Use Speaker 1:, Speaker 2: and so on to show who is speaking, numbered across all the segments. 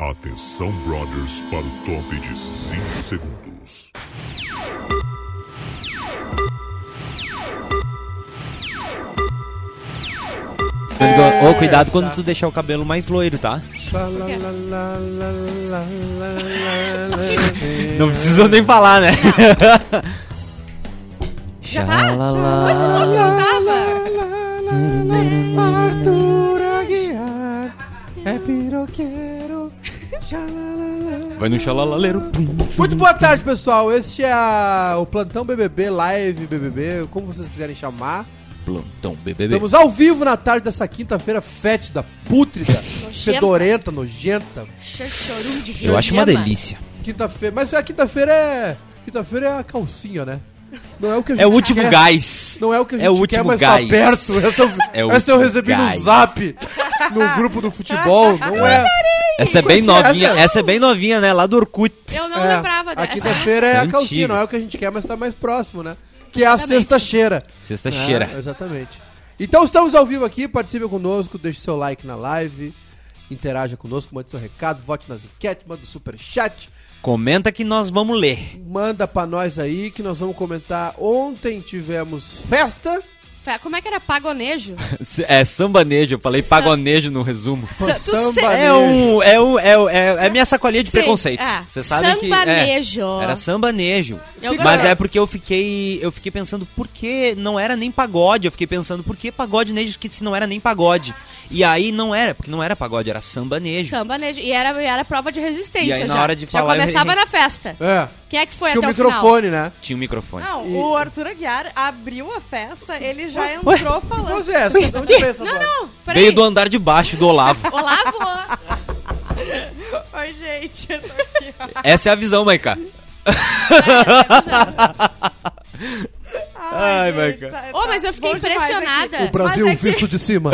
Speaker 1: Atenção, brothers, para o top de 5 segundos.
Speaker 2: Tá Ô, cuidado quando tu deixar o cabelo mais loiro, tá? Não precisou nem falar, né?
Speaker 3: Já tá? Mas tu falou que não tava.
Speaker 4: Arthur Aguiar é piroqueiro.
Speaker 2: Vai no xalalaleiro.
Speaker 4: Muito boa tarde, pessoal. Este é a- o Plantão BBB, Live BBB, como vocês quiserem chamar.
Speaker 2: Plantão BBB.
Speaker 4: Estamos ao vivo na tarde dessa quinta-feira fétida, pútrida, fedorenta, nojenta.
Speaker 3: Chorum de
Speaker 2: Eu acho uma
Speaker 3: Riojama.
Speaker 2: delícia.
Speaker 4: Quinta-feira, mas a quinta-feira é. Quinta-feira é a calcinha, né? Não é o que a gente
Speaker 2: É o último
Speaker 4: quer.
Speaker 2: gás.
Speaker 4: Não é o que a
Speaker 2: É
Speaker 4: gente
Speaker 2: o último
Speaker 4: quer, mas tá
Speaker 2: gás.
Speaker 4: perto. Essa,
Speaker 2: É o
Speaker 4: essa
Speaker 2: último
Speaker 4: eu recebi
Speaker 2: gás.
Speaker 4: no zap, no grupo do futebol. Não é.
Speaker 2: Essa é bem
Speaker 4: Conhece
Speaker 2: novinha,
Speaker 4: essa?
Speaker 2: essa é bem novinha, né? Lá do Orkut.
Speaker 3: Eu não
Speaker 4: é,
Speaker 3: lembrava
Speaker 4: A
Speaker 3: dessa.
Speaker 2: tá
Speaker 4: quinta-feira é a
Speaker 2: Antiga.
Speaker 4: calcinha, não é o que a gente quer, mas tá mais próximo, né? Que é a
Speaker 3: Exatamente.
Speaker 4: sexta-cheira.
Speaker 2: Sexta
Speaker 4: né?
Speaker 2: cheira.
Speaker 4: Exatamente. Então estamos ao vivo aqui, participe conosco, deixe seu like na live, interaja conosco, mande seu recado, vote nas enquetes, manda o superchat,
Speaker 2: Comenta que nós vamos ler.
Speaker 4: manda pra nós aí que nós vamos comentar. Ontem tivemos festa,
Speaker 3: Fe- Como é que era? Pagonejo?
Speaker 2: É sambanejo, eu falei
Speaker 3: Sa-
Speaker 2: pagonejo no resumo.
Speaker 3: Sa- tu
Speaker 4: samba,
Speaker 3: se-
Speaker 4: né?
Speaker 2: É um, é um, é, um- é, é minha sacolinha de
Speaker 3: Sim,
Speaker 2: preconceitos.
Speaker 3: é.
Speaker 2: Vocês sabem que é,
Speaker 3: Sambanejo.
Speaker 2: era sambanejo.
Speaker 3: Eu
Speaker 2: Mas
Speaker 3: gosto.
Speaker 2: é porque eu fiquei, eu fiquei pensando por que não era nem pagode. Eu fiquei pensando por que pagode nejo que se não era nem pagode. E aí não era, porque não era pagode, era sambanejo.
Speaker 3: Sambanejo. E era, e era prova de resistência.
Speaker 2: E aí, na
Speaker 3: já.
Speaker 2: hora de
Speaker 3: Já
Speaker 2: falar, eu um
Speaker 3: começava
Speaker 2: errei.
Speaker 3: na festa.
Speaker 4: é,
Speaker 3: Quem é que foi
Speaker 4: tinha o
Speaker 3: até o
Speaker 4: microfone, né?
Speaker 2: Tinha um microfone.
Speaker 5: Não, o Arthur Aguiar abriu a festa, ele já entrou falando.
Speaker 4: Pois é, essa, de onde veio essa
Speaker 3: final?
Speaker 4: voz?
Speaker 3: Não, não. Peraí.
Speaker 2: Veio do andar de baixo do Olavo.
Speaker 3: Olá,
Speaker 5: Oi, gente, eu tô aqui, ó.
Speaker 2: Essa é a visão, Maica.
Speaker 3: avô.
Speaker 2: Ai,
Speaker 5: gente,
Speaker 2: Maica.
Speaker 5: tá-
Speaker 3: Ô,
Speaker 5: tá
Speaker 3: mas eu fiquei
Speaker 5: bom demais aqui.
Speaker 3: impressionada.
Speaker 4: Brasil
Speaker 5: Mas é que-
Speaker 4: visto de cima.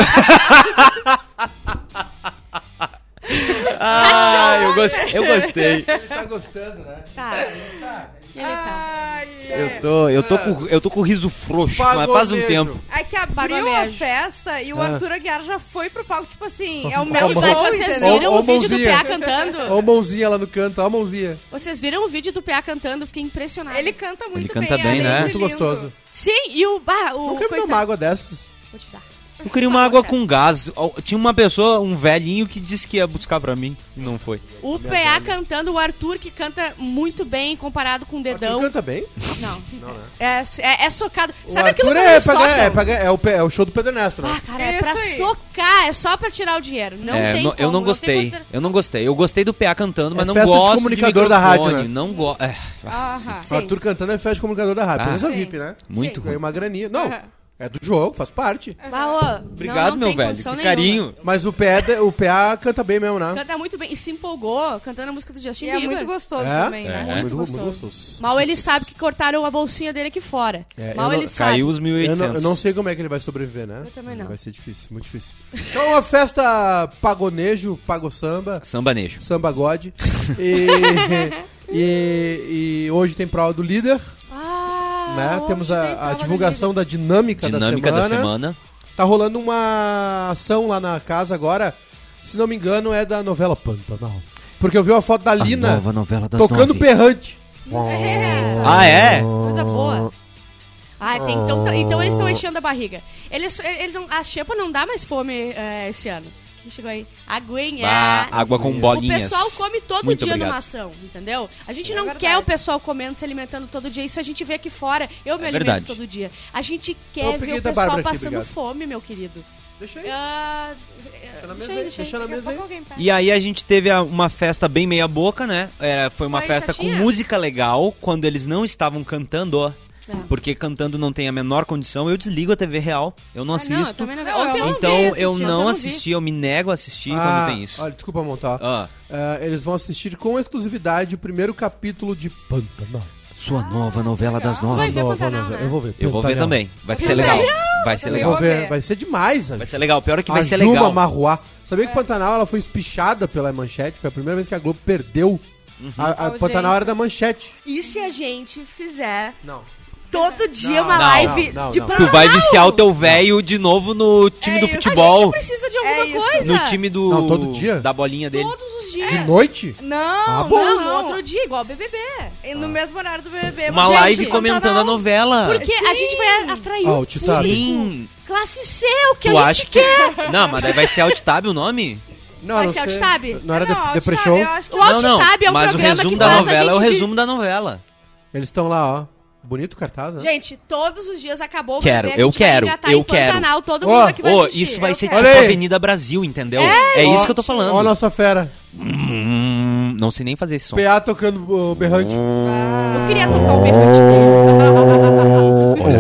Speaker 2: Ah, eu, gos-
Speaker 3: né?
Speaker 2: eu gostei.
Speaker 4: tá gostando, né?
Speaker 3: Tá. Ele tá.
Speaker 5: Ai,
Speaker 2: Eu
Speaker 5: é.
Speaker 2: tô, eu tô com, eu tô com o riso frouxo, mas faz um
Speaker 4: Pagodejo.
Speaker 2: tempo.
Speaker 5: É que abriu a
Speaker 3: Pagonejo.
Speaker 5: festa e o Arthur Aguiar já foi pro palco, tipo assim, é o
Speaker 4: Ó,
Speaker 5: meu
Speaker 2: um
Speaker 3: E
Speaker 4: mão-
Speaker 3: mas
Speaker 5: show,
Speaker 3: vocês
Speaker 5: entendeu?
Speaker 2: É
Speaker 3: viram
Speaker 4: Ó, ó,
Speaker 3: o vídeo do
Speaker 4: mãozinha.
Speaker 3: PA cantando?
Speaker 4: Ó a mãozinha lá no canto, ó a mãozinha.
Speaker 3: Vocês viram o vídeo do PA cantando? Fiquei impressionada.
Speaker 5: Ele canta muito
Speaker 2: Ele
Speaker 5: bem.
Speaker 2: canta bem,
Speaker 5: além
Speaker 2: né?
Speaker 5: de
Speaker 4: É Muito
Speaker 5: lindo.
Speaker 4: gostoso.
Speaker 3: Sim, e o... Bah, o
Speaker 4: Não quero me dar
Speaker 3: coitado.
Speaker 4: uma água dessas.
Speaker 3: Vou te dar.
Speaker 2: Eu queria uma água com gás. Ó, Tinha uma pessoa, um velhinho, que disse que ia buscar pra mim e não foi.
Speaker 3: O PA cantando, o Arthur que canta muito bem comparado com o
Speaker 4: Tu
Speaker 3: Dedão.
Speaker 4: canta bem?
Speaker 3: Não. É, é, é socado.
Speaker 4: o
Speaker 3: Sabe aquilo
Speaker 4: Arthur
Speaker 3: que
Speaker 4: é,
Speaker 3: eles socam?
Speaker 4: pra ganhar- é, pra ganhar- é o, pe- é o show do Pedro Ernesto, né?
Speaker 3: Ah, cara, é
Speaker 5: Isso
Speaker 3: pra
Speaker 5: aí.
Speaker 3: socar, é só pra tirar o dinheiro. Não
Speaker 2: É,
Speaker 3: tem
Speaker 2: não-
Speaker 3: como,
Speaker 2: eu não
Speaker 3: tem
Speaker 2: gostei.
Speaker 3: considera-
Speaker 2: Eu não gostei. Eu gostei do PA cantando, mas
Speaker 4: É
Speaker 2: não
Speaker 4: festa de
Speaker 2: gosto
Speaker 4: comunicador
Speaker 2: de
Speaker 4: da
Speaker 2: microfone,
Speaker 4: rádio, né?
Speaker 2: Não é. gosto.
Speaker 5: Aham.
Speaker 3: Sim.
Speaker 4: O Arthur cantando é festa de comunicador da rádio.
Speaker 2: Ah.
Speaker 4: Presença
Speaker 5: Sim.
Speaker 4: VIP, né?
Speaker 2: muito ruim.
Speaker 4: Ganhou uma graninha. Não, é do jogo, faz parte.
Speaker 3: Bah, ô, não-
Speaker 2: Obrigado,
Speaker 3: não
Speaker 2: meu
Speaker 3: tem
Speaker 2: velho. Que
Speaker 3: condição nenhuma.
Speaker 2: carinho.
Speaker 4: Mas o PA, de- o PA canta bem mesmo, né?
Speaker 3: Canta muito bem e se empolgou cantando a música do Justin
Speaker 5: E é
Speaker 3: Bieber.
Speaker 5: muito gostoso
Speaker 4: É?
Speaker 5: também, né?
Speaker 2: É.
Speaker 4: Muito,
Speaker 3: gostoso.
Speaker 4: gostoso.
Speaker 3: Mal ele sabe que cortaram a bolsinha dele aqui fora.
Speaker 4: É,
Speaker 3: Mal
Speaker 4: eu
Speaker 3: ele sabe.
Speaker 2: Caiu os
Speaker 4: Eu
Speaker 2: 1.800.
Speaker 4: não, eu não sei como é que ele vai sobreviver, né?
Speaker 3: Eu também não.
Speaker 4: Vai ser difícil, muito difícil. Então, uma festa pagonejo, pago samba,
Speaker 2: Sambanejo.
Speaker 4: samba god. E, e- e hoje tem prova do líder,
Speaker 3: Ah,
Speaker 4: né?
Speaker 3: hoje
Speaker 4: Temos
Speaker 3: tem
Speaker 4: a- a,
Speaker 3: prova do
Speaker 4: divulgação da dinâmica,
Speaker 2: Dinâmica
Speaker 4: é da
Speaker 2: da
Speaker 4: semana.
Speaker 2: semana.
Speaker 4: Tá rolando uma ação lá na casa agora. Se não me engano, é da novela Pantanal. Porque eu vi uma foto da Lina
Speaker 2: novela das
Speaker 4: tocando perrante.
Speaker 2: Ah, é?
Speaker 3: líder. Coisa boa. Ah, tem- então, tá- então
Speaker 2: Ah.
Speaker 3: eles estão enchendo a barriga. Eles, ele não, a Xepa não dá mais fome eh, esse ano. Quem chegou aí? Aguinha.
Speaker 2: Ah, água com bolinhas.
Speaker 3: O É. pessoal come todo
Speaker 2: Muito
Speaker 3: dia
Speaker 2: obrigado.
Speaker 3: numa ação, entendeu? A gente
Speaker 4: É
Speaker 3: não
Speaker 5: verdade.
Speaker 3: quer o pessoal comendo, se alimentando todo dia. Isso a gente vê aqui fora. Eu me alimento
Speaker 2: É verdade.
Speaker 3: todo dia. A gente
Speaker 4: Eu
Speaker 3: quer
Speaker 4: peguei
Speaker 3: ver o
Speaker 4: da
Speaker 3: pessoal
Speaker 4: Bárbara aqui,
Speaker 3: passando
Speaker 4: obrigado.
Speaker 3: fome, meu querido.
Speaker 4: Deixa aí.
Speaker 3: Ah,
Speaker 4: Deixa na
Speaker 3: deixa
Speaker 4: mesa
Speaker 3: aí,
Speaker 4: aí.
Speaker 3: deixa aí.
Speaker 4: Deixa na
Speaker 5: Daqui a
Speaker 4: mesa aí.
Speaker 5: pouco alguém pega.
Speaker 2: E aí a gente teve a- uma festa bem meia boca, né? Era, foi uma
Speaker 3: Foi
Speaker 2: festa
Speaker 3: chatinha?
Speaker 2: com música legal, quando eles não estavam cantando, ó.
Speaker 3: Ah.
Speaker 2: Porque cantando não tem a menor condição, eu desligo a TV real, eu não
Speaker 3: Ah, não, eu
Speaker 2: assisto.
Speaker 3: também não vi.
Speaker 5: Não,
Speaker 3: Ontem
Speaker 5: eu
Speaker 3: não
Speaker 2: então
Speaker 3: vi,
Speaker 2: eu
Speaker 3: assisti, ontem
Speaker 2: não
Speaker 3: vi.
Speaker 2: assisti, eu me nego a assistir
Speaker 4: Ah,
Speaker 2: quando tem isso.
Speaker 4: Olha, desculpa, montar.
Speaker 2: Ah,
Speaker 4: eles vão assistir com exclusividade o primeiro capítulo de Pantanal.
Speaker 2: sua nova novela das
Speaker 3: Tu vai
Speaker 2: nove.
Speaker 3: ver
Speaker 4: Nova,
Speaker 3: Pantanal,
Speaker 4: nova.
Speaker 3: né?
Speaker 4: Eu vou ver.
Speaker 2: Eu vou ver
Speaker 4: Pantanal.
Speaker 2: também, vai ser
Speaker 5: Pantanal.
Speaker 2: legal. Vai ser
Speaker 4: Eu
Speaker 2: legal.
Speaker 4: vou ver.
Speaker 5: ver.
Speaker 4: Vai ser demais,
Speaker 2: Vai ser legal, pior é que vai
Speaker 4: a
Speaker 2: ser
Speaker 4: Juma
Speaker 2: legal. É.
Speaker 4: Marruá. Sabia que Pantanal ela foi espichada pela Manchete? Foi a primeira vez que a Globo perdeu.
Speaker 2: Uhum.
Speaker 4: A, a
Speaker 5: Audiência.
Speaker 4: Pantanal era da Manchete.
Speaker 3: E se a gente fizer
Speaker 4: Não.
Speaker 3: todo dia
Speaker 4: Não,
Speaker 3: uma
Speaker 2: não,
Speaker 3: live
Speaker 4: não, não,
Speaker 3: de
Speaker 4: não.
Speaker 2: Tu
Speaker 3: Pantanal?
Speaker 2: vai viciar o teu velho de novo no time
Speaker 5: É
Speaker 2: do
Speaker 5: isso.
Speaker 3: A gente
Speaker 2: futebol,
Speaker 3: precisa de
Speaker 5: É
Speaker 3: alguma
Speaker 5: isso.
Speaker 3: coisa.
Speaker 2: no time do
Speaker 4: Não, todo dia?
Speaker 2: da bolinha dele.
Speaker 3: Todos os dia.
Speaker 4: De
Speaker 2: É.
Speaker 4: noite?
Speaker 5: Não,
Speaker 4: Ah, bom.
Speaker 3: Não,
Speaker 5: não,
Speaker 3: no
Speaker 5: não.
Speaker 3: outro dia, igual o BBB.
Speaker 5: E No mesmo horário do BBB.
Speaker 2: Uma
Speaker 5: mas, gente,
Speaker 2: live
Speaker 5: não tá
Speaker 2: comentando
Speaker 5: não.
Speaker 2: a novela.
Speaker 3: Porque a gente vai atrair
Speaker 4: Ah,
Speaker 3: o
Speaker 4: o te sabe.
Speaker 2: Sim.
Speaker 3: classe C, o que
Speaker 2: tu
Speaker 3: a
Speaker 2: acha
Speaker 3: gente
Speaker 2: que. Não, mas daí vai ser Alt-Tab o nome?
Speaker 4: Não,
Speaker 3: Vai
Speaker 4: não
Speaker 3: ser
Speaker 4: sei.
Speaker 3: alt-tab?
Speaker 4: Não era
Speaker 5: Ah, não,
Speaker 4: de-
Speaker 5: alt-tab,
Speaker 4: Depression.
Speaker 5: eu acho que-
Speaker 3: O alt
Speaker 2: não, não.
Speaker 3: tab é um
Speaker 2: mas o
Speaker 3: programa
Speaker 2: resumo
Speaker 3: que
Speaker 2: da
Speaker 3: faz a
Speaker 2: novela é o
Speaker 3: gente
Speaker 2: resumo da novela.
Speaker 4: Eles estão lá, ó. Bonito o cartaz, né?
Speaker 3: Gente, todos os dias acabou o
Speaker 2: é? Quero,
Speaker 3: BBB, a
Speaker 2: eu
Speaker 3: gente vai
Speaker 2: quero,
Speaker 3: engatar
Speaker 2: eu
Speaker 3: em
Speaker 2: quero.
Speaker 3: Pantanal, todo
Speaker 4: Ó,
Speaker 3: mundo aqui vai
Speaker 2: Ô,
Speaker 3: assistir.
Speaker 2: isso vai
Speaker 3: Eu
Speaker 2: ser
Speaker 3: quero.
Speaker 2: tipo
Speaker 4: Olha aí.
Speaker 2: Avenida Brasil, entendeu? É,
Speaker 4: Ó,
Speaker 2: isso que eu tô falando.
Speaker 4: Ó a nossa fera.
Speaker 2: Hum, não sei nem fazer esse som.
Speaker 4: PA tocando o berrante.
Speaker 3: Eu
Speaker 2: Ah.
Speaker 3: queria tocar o berrante.
Speaker 2: Olha,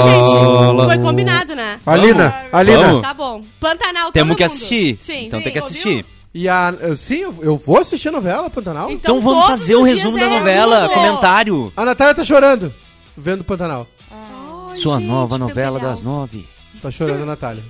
Speaker 3: Não, gente, foi combinado, né?
Speaker 4: Alina, Alina.
Speaker 2: vamos.
Speaker 3: Tá bom. Pantanal,
Speaker 2: Temos
Speaker 3: todo
Speaker 2: que
Speaker 3: mundo.
Speaker 2: assistir.
Speaker 3: Sim,
Speaker 2: então
Speaker 3: sim,
Speaker 2: tem que
Speaker 3: ouviu?
Speaker 2: assistir.
Speaker 4: E a. eu- sim, eu, eu vou assistir a novela, Pantanal.
Speaker 2: Então, vamos
Speaker 3: todos
Speaker 2: fazer o
Speaker 3: os
Speaker 2: resumo da
Speaker 3: dias é
Speaker 2: novela,
Speaker 3: resumo.
Speaker 2: comentário.
Speaker 4: A Natália tá chorando. Vendo Pantanal.
Speaker 3: Ai,
Speaker 2: Sua
Speaker 3: gente,
Speaker 2: nova novela
Speaker 3: Pantanal.
Speaker 2: das nove.
Speaker 4: Tá chorando a Natália.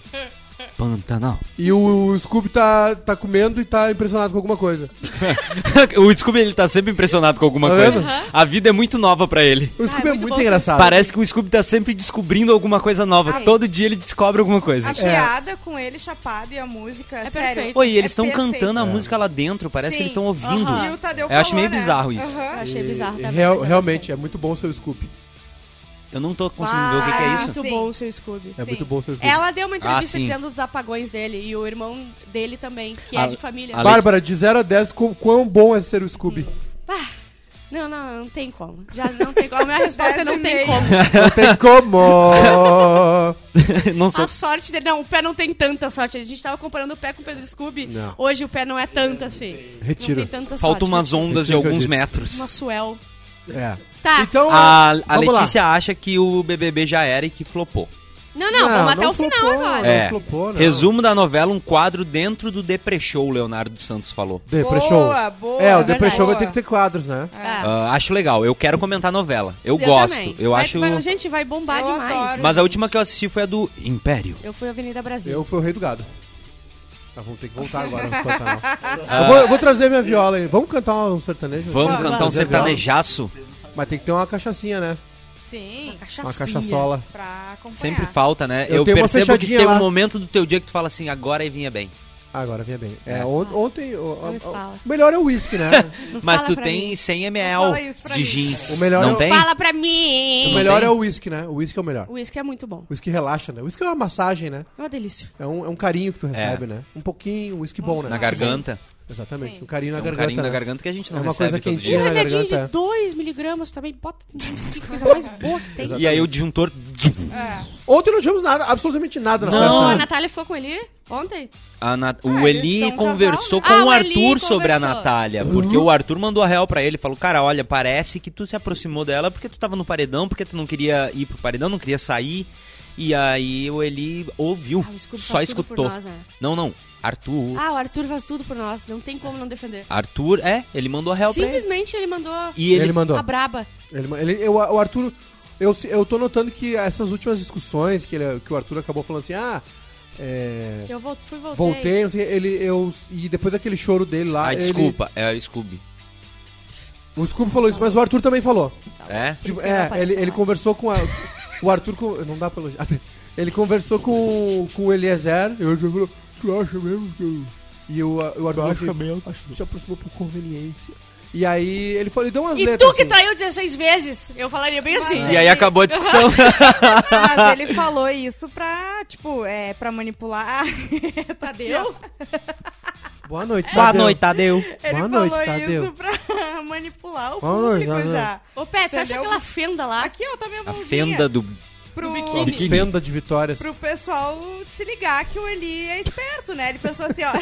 Speaker 2: Pantanal.
Speaker 4: E o, o Scooby tá, tá comendo e tá impressionado com alguma coisa.
Speaker 2: o Scooby ele tá sempre impressionado com alguma
Speaker 4: Tá
Speaker 2: coisa.
Speaker 4: vendo?
Speaker 2: A vida é muito nova pra ele.
Speaker 4: O Scooby é
Speaker 3: Ah, muito
Speaker 4: muito,
Speaker 3: bom
Speaker 4: engraçado.
Speaker 2: Parece que o Scooby tá sempre descobrindo alguma coisa nova. Todo dia ele descobre alguma coisa.
Speaker 5: A piada com ele chapado e a música,
Speaker 3: É
Speaker 5: sério.
Speaker 3: perfeito.
Speaker 2: É. Oi, eles estão
Speaker 5: perfeito.
Speaker 2: cantando a música lá dentro, parece que
Speaker 5: Sim.
Speaker 2: eles estão ouvindo.
Speaker 3: Aham.
Speaker 5: E o Tadeu
Speaker 2: Eu acho
Speaker 5: falou,
Speaker 2: meio
Speaker 5: né?
Speaker 2: bizarro isso.
Speaker 5: Aham.
Speaker 3: Eu achei bizarro também.
Speaker 4: Real-
Speaker 3: mas eu
Speaker 4: realmente, é muito bom o seu Scooby.
Speaker 2: Eu não tô
Speaker 3: gostei.
Speaker 2: conseguindo ver o que, que é
Speaker 3: Ah,
Speaker 2: isso.
Speaker 3: Muito
Speaker 5: Sim.
Speaker 3: bom o seu Scooby.
Speaker 4: É
Speaker 5: Sim.
Speaker 4: muito bom o seu Scooby.
Speaker 3: Ela deu uma entrevista
Speaker 2: Ah, sim.
Speaker 3: dizendo dos apagões dele e o irmão dele também, que
Speaker 2: A-
Speaker 3: é de família.
Speaker 2: a-
Speaker 4: Bárbara, de 0 a 10, qu- quão bom é ser o Scooby?
Speaker 3: Não, não, não tem como. Já não tem como. A minha resposta é não tem
Speaker 5: Dez e meio.
Speaker 3: como.
Speaker 4: Não tem como!
Speaker 2: não sou.
Speaker 3: A sorte dele. Não, o pé não tem tanta sorte. A gente tava comparando o pé com o pé do Scooby.
Speaker 4: Não.
Speaker 3: Hoje o pé não é tanto assim.
Speaker 4: Retiro.
Speaker 3: Não tem tanta
Speaker 2: Falta
Speaker 3: sorte. né?
Speaker 2: umas ondas de
Speaker 4: Retiro o que eu
Speaker 2: alguns
Speaker 4: disse.
Speaker 2: metros.
Speaker 3: Uma suel.
Speaker 4: É.
Speaker 3: Tá.
Speaker 4: Então,
Speaker 2: A, a
Speaker 4: vamos lá.
Speaker 2: Letícia acha que o BBB já era e que flopou.
Speaker 3: Não, não, vamos até o final
Speaker 4: flopou,
Speaker 3: agora.
Speaker 4: Não
Speaker 2: É.
Speaker 4: flopou, não.
Speaker 2: Resumo da novela, um quadro dentro do Deprechou, Leonardo dos Santos falou.
Speaker 4: Depression.
Speaker 5: Boa, boa.
Speaker 4: É, o
Speaker 3: verdade.
Speaker 4: Depression vai
Speaker 5: Boa.
Speaker 4: ter que ter quadros, né?
Speaker 3: Tá.
Speaker 2: Ah, acho legal, eu quero comentar a novela. Eu, gosto,
Speaker 3: também.
Speaker 2: eu
Speaker 3: Vai-
Speaker 2: acho...
Speaker 3: vai- um gente, vai bombar
Speaker 5: Eu
Speaker 3: demais.
Speaker 5: adoro.
Speaker 2: Mas é a última que eu assisti foi a do Império.
Speaker 3: Eu fui à Avenida Brasil.
Speaker 4: Eu fui o rei do gado. Tá, vamos ter que voltar agora no Pantanal. Eu vou, eu vou trazer minha viola aí. Vamos cantar um sertanejo?
Speaker 2: Vamos
Speaker 3: Vamos,
Speaker 2: cantar um
Speaker 3: vamos.
Speaker 2: sertanejaço?
Speaker 4: Mas tem que ter uma cachaçinha, né?
Speaker 5: Sim,
Speaker 4: Uma
Speaker 3: Cachaçinha.
Speaker 4: cachaçola.
Speaker 5: pra acompanhar.
Speaker 2: Sempre falta, né?
Speaker 4: Eu
Speaker 2: Eu,
Speaker 4: tenho uma
Speaker 2: percebo que
Speaker 4: fechadinha
Speaker 2: tem um
Speaker 4: lá.
Speaker 2: momento do teu dia que tu fala assim, agora e vinha bem.
Speaker 4: Ah, agora vinha bem. É,
Speaker 2: É.
Speaker 4: on- ontem. o-
Speaker 3: Não me
Speaker 4: a- o-
Speaker 3: fala.
Speaker 4: o melhor é o uísque, né?
Speaker 3: Não
Speaker 2: Mas
Speaker 3: fala
Speaker 2: tu
Speaker 3: pra
Speaker 2: tem
Speaker 3: mim.
Speaker 2: 100
Speaker 5: fala
Speaker 2: ml
Speaker 5: isso pra
Speaker 2: de
Speaker 5: mim.
Speaker 2: gin.
Speaker 4: O melhor,
Speaker 2: Não
Speaker 4: é, o-
Speaker 2: tem?
Speaker 3: Fala pra
Speaker 4: o
Speaker 3: mim!
Speaker 4: melhor
Speaker 2: tem?
Speaker 4: é o uísque, né? O uísque é o melhor.
Speaker 3: O uísque é muito bom.
Speaker 4: O uísque relaxa, né? O uísque é uma massagem, né?
Speaker 3: É uma delícia.
Speaker 4: É um, é um carinho que tu recebe, né? Um pouquinho, um uísque
Speaker 3: Uhum.
Speaker 4: bom, né?
Speaker 2: Na garganta.
Speaker 4: Exatamente,
Speaker 5: Sim.
Speaker 4: um carinho na
Speaker 2: é um
Speaker 4: garganta.
Speaker 2: carinho na
Speaker 4: né?
Speaker 2: garganta que a gente não
Speaker 4: É uma
Speaker 2: recebe
Speaker 4: coisa
Speaker 2: todo
Speaker 3: E
Speaker 2: dia.
Speaker 4: quentinha.
Speaker 3: um
Speaker 4: na
Speaker 3: remedinho de
Speaker 4: garganta. é.
Speaker 3: 2mg também. Bota que coisa mais boa que tem.
Speaker 4: é.
Speaker 2: E aí o disjuntor...
Speaker 4: Ontem não tivemos nada, absolutamente nada na
Speaker 3: Não, é a
Speaker 4: festa. né?
Speaker 3: Natália foi com ele ontem?
Speaker 2: A Nat-
Speaker 5: Ah,
Speaker 2: O
Speaker 5: eles são
Speaker 2: Eli
Speaker 5: um
Speaker 2: conversou
Speaker 3: casal, né?
Speaker 2: com o
Speaker 3: Ah, o
Speaker 2: Arthur
Speaker 3: Eli
Speaker 2: sobre a
Speaker 3: conversou.
Speaker 2: Natália. Porque o Arthur mandou a real pra ele. Falou, cara, olha, parece que tu se aproximou dela porque tu tava no paredão, porque tu não queria ir pro paredão, não queria sair. E aí o Eli ouviu,
Speaker 3: Ah, o Scooby
Speaker 2: só
Speaker 3: faz tudo por
Speaker 2: escutou.
Speaker 3: nós, né?
Speaker 2: Não, não. Arthur.
Speaker 3: Ah, o Arthur faz tudo por nós. Não tem como não defender.
Speaker 2: Arthur, é, ele mandou a real pra ele.
Speaker 3: Simplesmente ele mandou
Speaker 2: E ele,
Speaker 4: Ele mandou.
Speaker 3: a braba.
Speaker 4: Ele, ele, eu- o Arthur, eu, se- eu tô notando que essas últimas discussões que, ele- que o Arthur acabou falando assim, ah, é,
Speaker 3: Eu vol- fui voltei.
Speaker 4: voltei, não sei, o quê, ele, eu, e depois daquele choro dele lá,
Speaker 2: Ah,
Speaker 4: ele-
Speaker 2: desculpa, é o Scooby.
Speaker 4: o Scooby falou isso, mas o Arthur também falou.
Speaker 3: Tá
Speaker 2: É?
Speaker 3: Por isso
Speaker 4: Tipo,
Speaker 3: que ele não
Speaker 4: é,
Speaker 3: aparece
Speaker 4: ele,
Speaker 3: na
Speaker 4: ele
Speaker 3: live.
Speaker 4: conversou com a, o Arthur, com, não dá pra elogiar, ele conversou com, com o Eliezer, e o Arthur falou, tu acha mesmo que eu... E o, o Arthur falou assim, acho que se aproximou por conveniência. E aí ele falou, ele deu umas
Speaker 3: E
Speaker 4: letras
Speaker 3: tu que tá
Speaker 4: assim.
Speaker 3: traiu 16 vezes, eu falaria bem assim.
Speaker 5: Mas-
Speaker 2: E aí acabou a discussão.
Speaker 5: Mas ele falou isso pra, tipo, é, pra manipular.
Speaker 3: Tadeu?
Speaker 4: Boa noite,
Speaker 2: Boa
Speaker 4: Tadeu.
Speaker 2: noite, Tadeu.
Speaker 5: Ele
Speaker 4: Boa
Speaker 5: falou
Speaker 4: noite, Tadeu.
Speaker 5: isso pra manipular o
Speaker 4: Boa noite,
Speaker 5: público
Speaker 4: Tadeu.
Speaker 5: já.
Speaker 3: Ô, Pé, fecha
Speaker 5: Entendeu?
Speaker 3: aquela fenda lá.
Speaker 5: Aqui, ó, tá minha
Speaker 2: A
Speaker 5: mãozinha.
Speaker 2: fenda do.
Speaker 5: pro,
Speaker 3: biquíni.
Speaker 4: Uma Fenda de vitórias.
Speaker 5: pro pessoal se ligar que o Eli é esperto, né? Ele pensou assim, ó,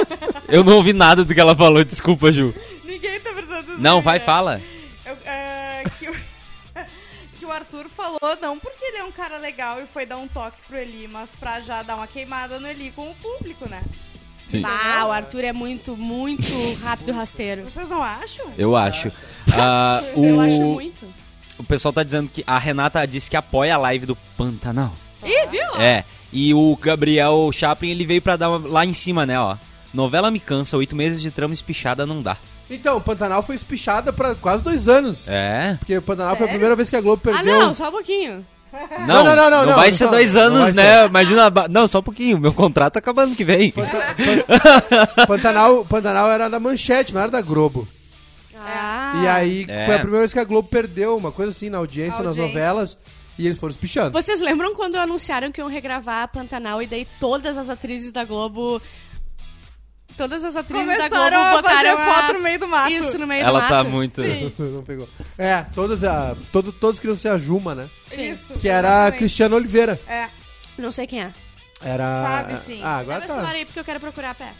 Speaker 2: Eu não ouvi nada do que ela falou, desculpa, Ju.
Speaker 5: ninguém tá pensando isso,
Speaker 2: Não,
Speaker 5: né?
Speaker 2: vai, fala.
Speaker 5: Eu- é, que, o, que o Arthur falou, não porque ele é um cara legal e foi dar um toque pro Eli, mas pra já dar uma queimada no Eli com o público, né?
Speaker 2: Sim.
Speaker 3: Ah, o Arthur é muito, muito rápido e rasteiro.
Speaker 5: Vocês não acham?
Speaker 2: Eu acho. Ah,
Speaker 3: Eu acho
Speaker 2: o,
Speaker 3: muito.
Speaker 2: o pessoal tá dizendo que a Renata disse que apoia a live do Pantanal.
Speaker 3: Ih, viu?
Speaker 4: Ah.
Speaker 2: É. E o Gabriel Chaplin, ele veio pra dar uma, lá em cima, né, ó. Novela me cansa, oito meses de trama espichada não dá.
Speaker 4: Então, Pantanal foi espichada pra quase dois anos.
Speaker 2: É.
Speaker 4: Porque o Pantanal foi a primeira vez que a Globo
Speaker 3: Ah,
Speaker 4: perdeu.
Speaker 3: não, só um pouquinho.
Speaker 2: Não,
Speaker 4: É. Não, não, não, não, não,
Speaker 2: vai
Speaker 4: não,
Speaker 2: ser
Speaker 4: não.
Speaker 2: dois
Speaker 4: Não
Speaker 2: anos,
Speaker 4: vai
Speaker 2: né? Imagina. a ba- Não, só um pouquinho. Meu contrato tá acabando que vem.
Speaker 4: Pantanal, Pantanal era da Manchete, não era da Globo.
Speaker 3: Ah,
Speaker 4: É. E aí
Speaker 2: É.
Speaker 4: foi a primeira vez que a Globo perdeu uma coisa assim na audiência, nas
Speaker 5: Audiência.
Speaker 4: novelas, e eles foram se pichando.
Speaker 3: Vocês lembram quando anunciaram que iam regravar Pantanal e daí todas as atrizes da Globo. Todas as atrizes
Speaker 5: Começaram
Speaker 3: da
Speaker 5: a
Speaker 3: Globo botaram
Speaker 5: fazer foto
Speaker 3: a-
Speaker 5: no meio do mato.
Speaker 3: Isso, no meio do
Speaker 2: Ela
Speaker 3: mato.
Speaker 2: tá muito.
Speaker 4: Não pegou. É, todas a, todo, todos queriam ser a Juma, né?
Speaker 5: Isso.
Speaker 4: Que era a
Speaker 5: exatamente.
Speaker 4: Cristiana Oliveira.
Speaker 5: É.
Speaker 3: Não sei quem é.
Speaker 4: Era.
Speaker 5: Sabe, sim.
Speaker 4: Ah,
Speaker 3: Dá
Speaker 4: agora
Speaker 3: meu celular
Speaker 4: tá.
Speaker 3: aí porque eu quero procurar a pé.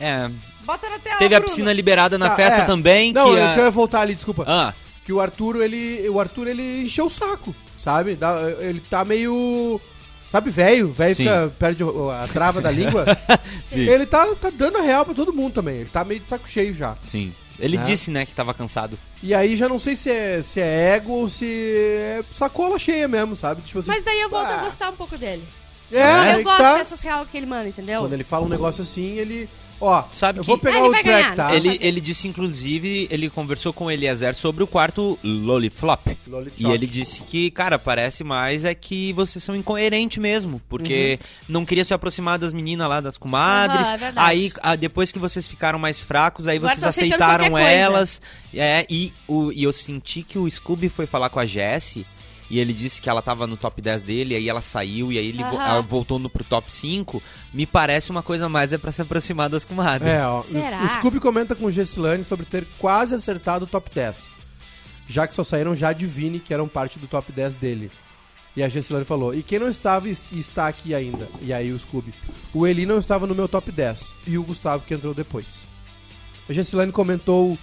Speaker 2: É.
Speaker 5: Bota na tela,
Speaker 2: Teve a
Speaker 5: Bruno.
Speaker 2: piscina liberada na
Speaker 4: Tá,
Speaker 2: festa
Speaker 4: é.
Speaker 2: também.
Speaker 4: Não,
Speaker 2: que
Speaker 4: eu
Speaker 2: a-
Speaker 4: quero voltar ali, desculpa.
Speaker 2: Ah,
Speaker 4: Que o Arthur, ele. O Arthur, ele encheu o saco, sabe? Dá- Ele tá meio. Sabe, velho? Velho
Speaker 2: Sim.
Speaker 4: fica- perde o- a trava da língua.
Speaker 2: sim.
Speaker 4: Ele tá, tá dando a real pra todo mundo também. Ele tá meio de saco cheio já.
Speaker 2: Sim. Ele
Speaker 4: É.
Speaker 2: disse, né, que tava cansado.
Speaker 4: E aí já não sei se é, se é ego ou se é sacola cheia mesmo, sabe? Tipo assim.
Speaker 3: Mas daí eu volto a
Speaker 4: Ah.
Speaker 3: gostar um pouco dele.
Speaker 4: É, aí
Speaker 3: eu
Speaker 4: que
Speaker 3: gosto
Speaker 4: tá.
Speaker 3: dessas real que ele manda, entendeu?
Speaker 4: Quando ele fala um negócio assim, ele. Ó,
Speaker 2: Sabe
Speaker 4: eu
Speaker 2: que-
Speaker 3: Ah,
Speaker 4: vou
Speaker 3: é.
Speaker 4: pegar
Speaker 3: ele
Speaker 4: o
Speaker 3: vai
Speaker 4: track,
Speaker 3: ganhar.
Speaker 4: tá?
Speaker 2: ele,
Speaker 3: fazer.
Speaker 2: ele disse, inclusive, ele conversou com o Eliezer sobre o quarto Loliflop. E
Speaker 4: Lollichop.
Speaker 2: ele disse que, cara, parece mais é que vocês são incoerentes mesmo, porque não queria se aproximar das meninas lá, das comadres.
Speaker 3: Aham, Uhum. é verdade.
Speaker 2: aí, a- depois que vocês ficaram mais fracos, aí
Speaker 3: Agora
Speaker 2: vocês
Speaker 3: tô aceitando
Speaker 2: aceitaram
Speaker 3: qualquer coisa.
Speaker 2: elas. É, e, o, e eu senti que o Scooby foi falar com a Jessie. E ele disse que ela tava no top 10 dele, aí ela saiu, e aí ele vo-
Speaker 3: Aham.
Speaker 2: ela voltou no, pro top 5. Me parece uma coisa mais é pra se aproximar das comadres.
Speaker 4: É, ó. o-
Speaker 3: Será?
Speaker 4: O Scooby comenta com o Gessilane sobre ter quase acertado o top 10. Já que só saíram Jade e Vini, que eram parte do top 10 dele. E a Gessilane falou: E quem não estava e e está aqui ainda? E aí o Scooby: O Eli não estava no meu top 10. E o Gustavo que entrou depois. A Gessilane comentou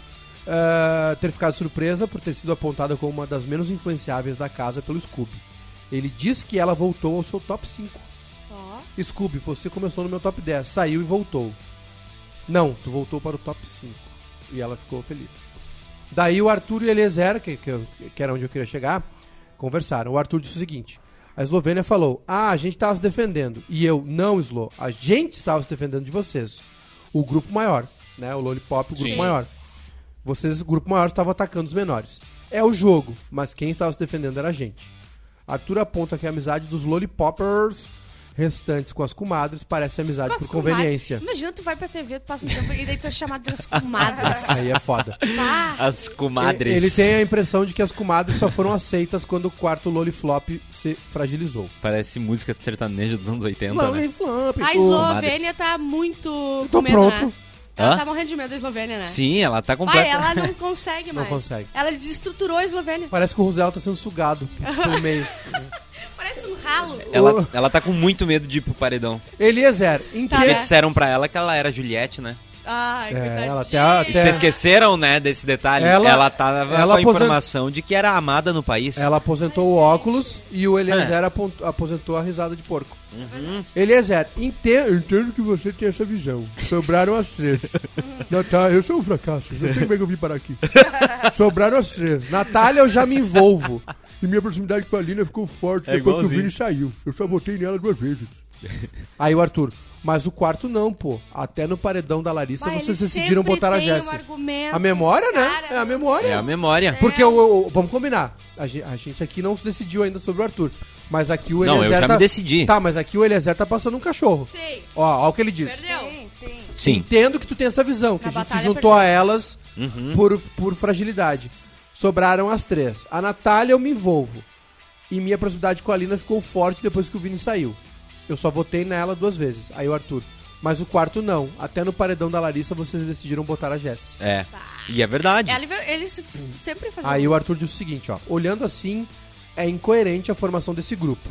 Speaker 4: ah, ter ficado surpresa por ter sido apontada como uma das menos influenciáveis da casa pelo Scooby. Ele diz que ela voltou ao seu top 5.
Speaker 3: Ó.
Speaker 4: Scooby, você começou no meu top 10, saiu e voltou. Não, tu voltou para o top 5. E ela ficou feliz. Daí o Arthur e o Eliezer, que, que, eu- que era onde eu queria chegar, conversaram. O Arthur disse o seguinte: a Eslovênia falou, ah, a gente estava se defendendo. E eu, não, Slo, a gente estava se defendendo de vocês. O grupo maior, né? O Lollipop, o grupo
Speaker 2: Sim.
Speaker 4: maior. Vocês, o grupo maior, estavam atacando os menores. É o jogo, mas quem estava se defendendo era a gente. Arthur aponta que a amizade dos Lollipoppers restantes com as comadres parece amizade
Speaker 3: Com as
Speaker 4: por conveniência.
Speaker 3: comadres. Imagina, tu vai pra TV, tu passa um tempo e daí tu é chamado das comadres.
Speaker 4: Aí é foda.
Speaker 3: Pá.
Speaker 2: As comadres.
Speaker 4: Ele tem a impressão de que as comadres só foram aceitas quando o quarto Lolliflop se fragilizou.
Speaker 2: Parece música sertaneja dos anos 80, né?
Speaker 4: Lolliflop,
Speaker 3: A
Speaker 4: o-
Speaker 3: Eslovênia tá muito.
Speaker 4: Tô
Speaker 3: com medo,
Speaker 4: pronto.
Speaker 3: né? Ela
Speaker 2: Hã?
Speaker 3: tá morrendo de medo da Eslovênia, né?
Speaker 2: Sim, ela tá
Speaker 3: Vai,
Speaker 2: completa.
Speaker 3: ela não consegue mais.
Speaker 4: consegue.
Speaker 3: Ela desestruturou a Eslovênia.
Speaker 4: Parece que o Rosel tá sendo sugado pelo meio.
Speaker 3: Parece um ralo.
Speaker 4: Uh.
Speaker 2: Ela, ela tá com muito medo de ir pro paredão.
Speaker 4: Eliezer, em
Speaker 3: Tá,
Speaker 4: que-
Speaker 2: Porque
Speaker 3: né?
Speaker 2: disseram pra ela que ela era Juliette, né?
Speaker 3: Ai,
Speaker 4: É, ela até,
Speaker 3: coitadinha.
Speaker 2: E
Speaker 4: até
Speaker 2: vocês esqueceram, né, desse detalhe?
Speaker 4: Ela-
Speaker 2: Ela, tava
Speaker 4: ela
Speaker 2: com a
Speaker 4: aposen-
Speaker 2: informação de que era amada no país.
Speaker 4: ela aposentou o óculos e o
Speaker 2: É.
Speaker 4: Eliezer apont- aposentou a risada de porco.
Speaker 2: Uhum.
Speaker 4: Eliezer, entendo, entendo que você tem essa visão. Sobraram as três. Natália, eu sou um fracasso. Não sei como é que eu vim parar aqui. Sobraram as três. Natália, eu já me envolvo. E minha proximidade com a Lina ficou forte
Speaker 2: É
Speaker 4: depois que o
Speaker 2: igualzinho.
Speaker 4: Vini saiu. Eu só votei nela duas vezes. Aí o Arthur, mas o quarto não, pô. Até no paredão da Larissa
Speaker 3: Vai,
Speaker 4: vocês
Speaker 3: ele
Speaker 4: decidiram
Speaker 3: sempre
Speaker 4: botar a
Speaker 3: tem um
Speaker 4: Jéssica.
Speaker 3: argumento,
Speaker 4: A memória, né?
Speaker 3: cara.
Speaker 4: É a memória.
Speaker 2: É a memória.
Speaker 4: Porque o, o- vamos combinar. A gen- a gente, aqui não se decidiu ainda sobre o Arthur. Mas aqui o
Speaker 2: Não, eu
Speaker 4: Eliezer.
Speaker 2: já
Speaker 4: tá,
Speaker 2: me decidi.
Speaker 4: Tá, mas aqui o Eliezer tá passando um cachorro.
Speaker 3: Sei.
Speaker 4: Ó, ó o que ele disse.
Speaker 3: Perdeu.
Speaker 5: Sim, sim.
Speaker 2: Sim.
Speaker 4: Entendo que tu tem essa visão, que
Speaker 3: Na
Speaker 4: a gente se
Speaker 3: batalha
Speaker 4: juntou
Speaker 3: perdeu.
Speaker 4: a elas
Speaker 2: Uhum.
Speaker 4: por, por fragilidade. Sobraram as três. A Natália eu me envolvo. E minha proximidade com a Lina ficou forte depois que o Vini saiu. Eu só votei nela duas vezes. Aí o Arthur. Mas o quarto não. Até no paredão da Larissa vocês decidiram botar a Jess.
Speaker 2: É. E é verdade.
Speaker 3: Ela, eles sempre um- fazem.
Speaker 4: Aí o Arthur disse o seguinte, ó. Olhando assim, é incoerente a formação desse grupo,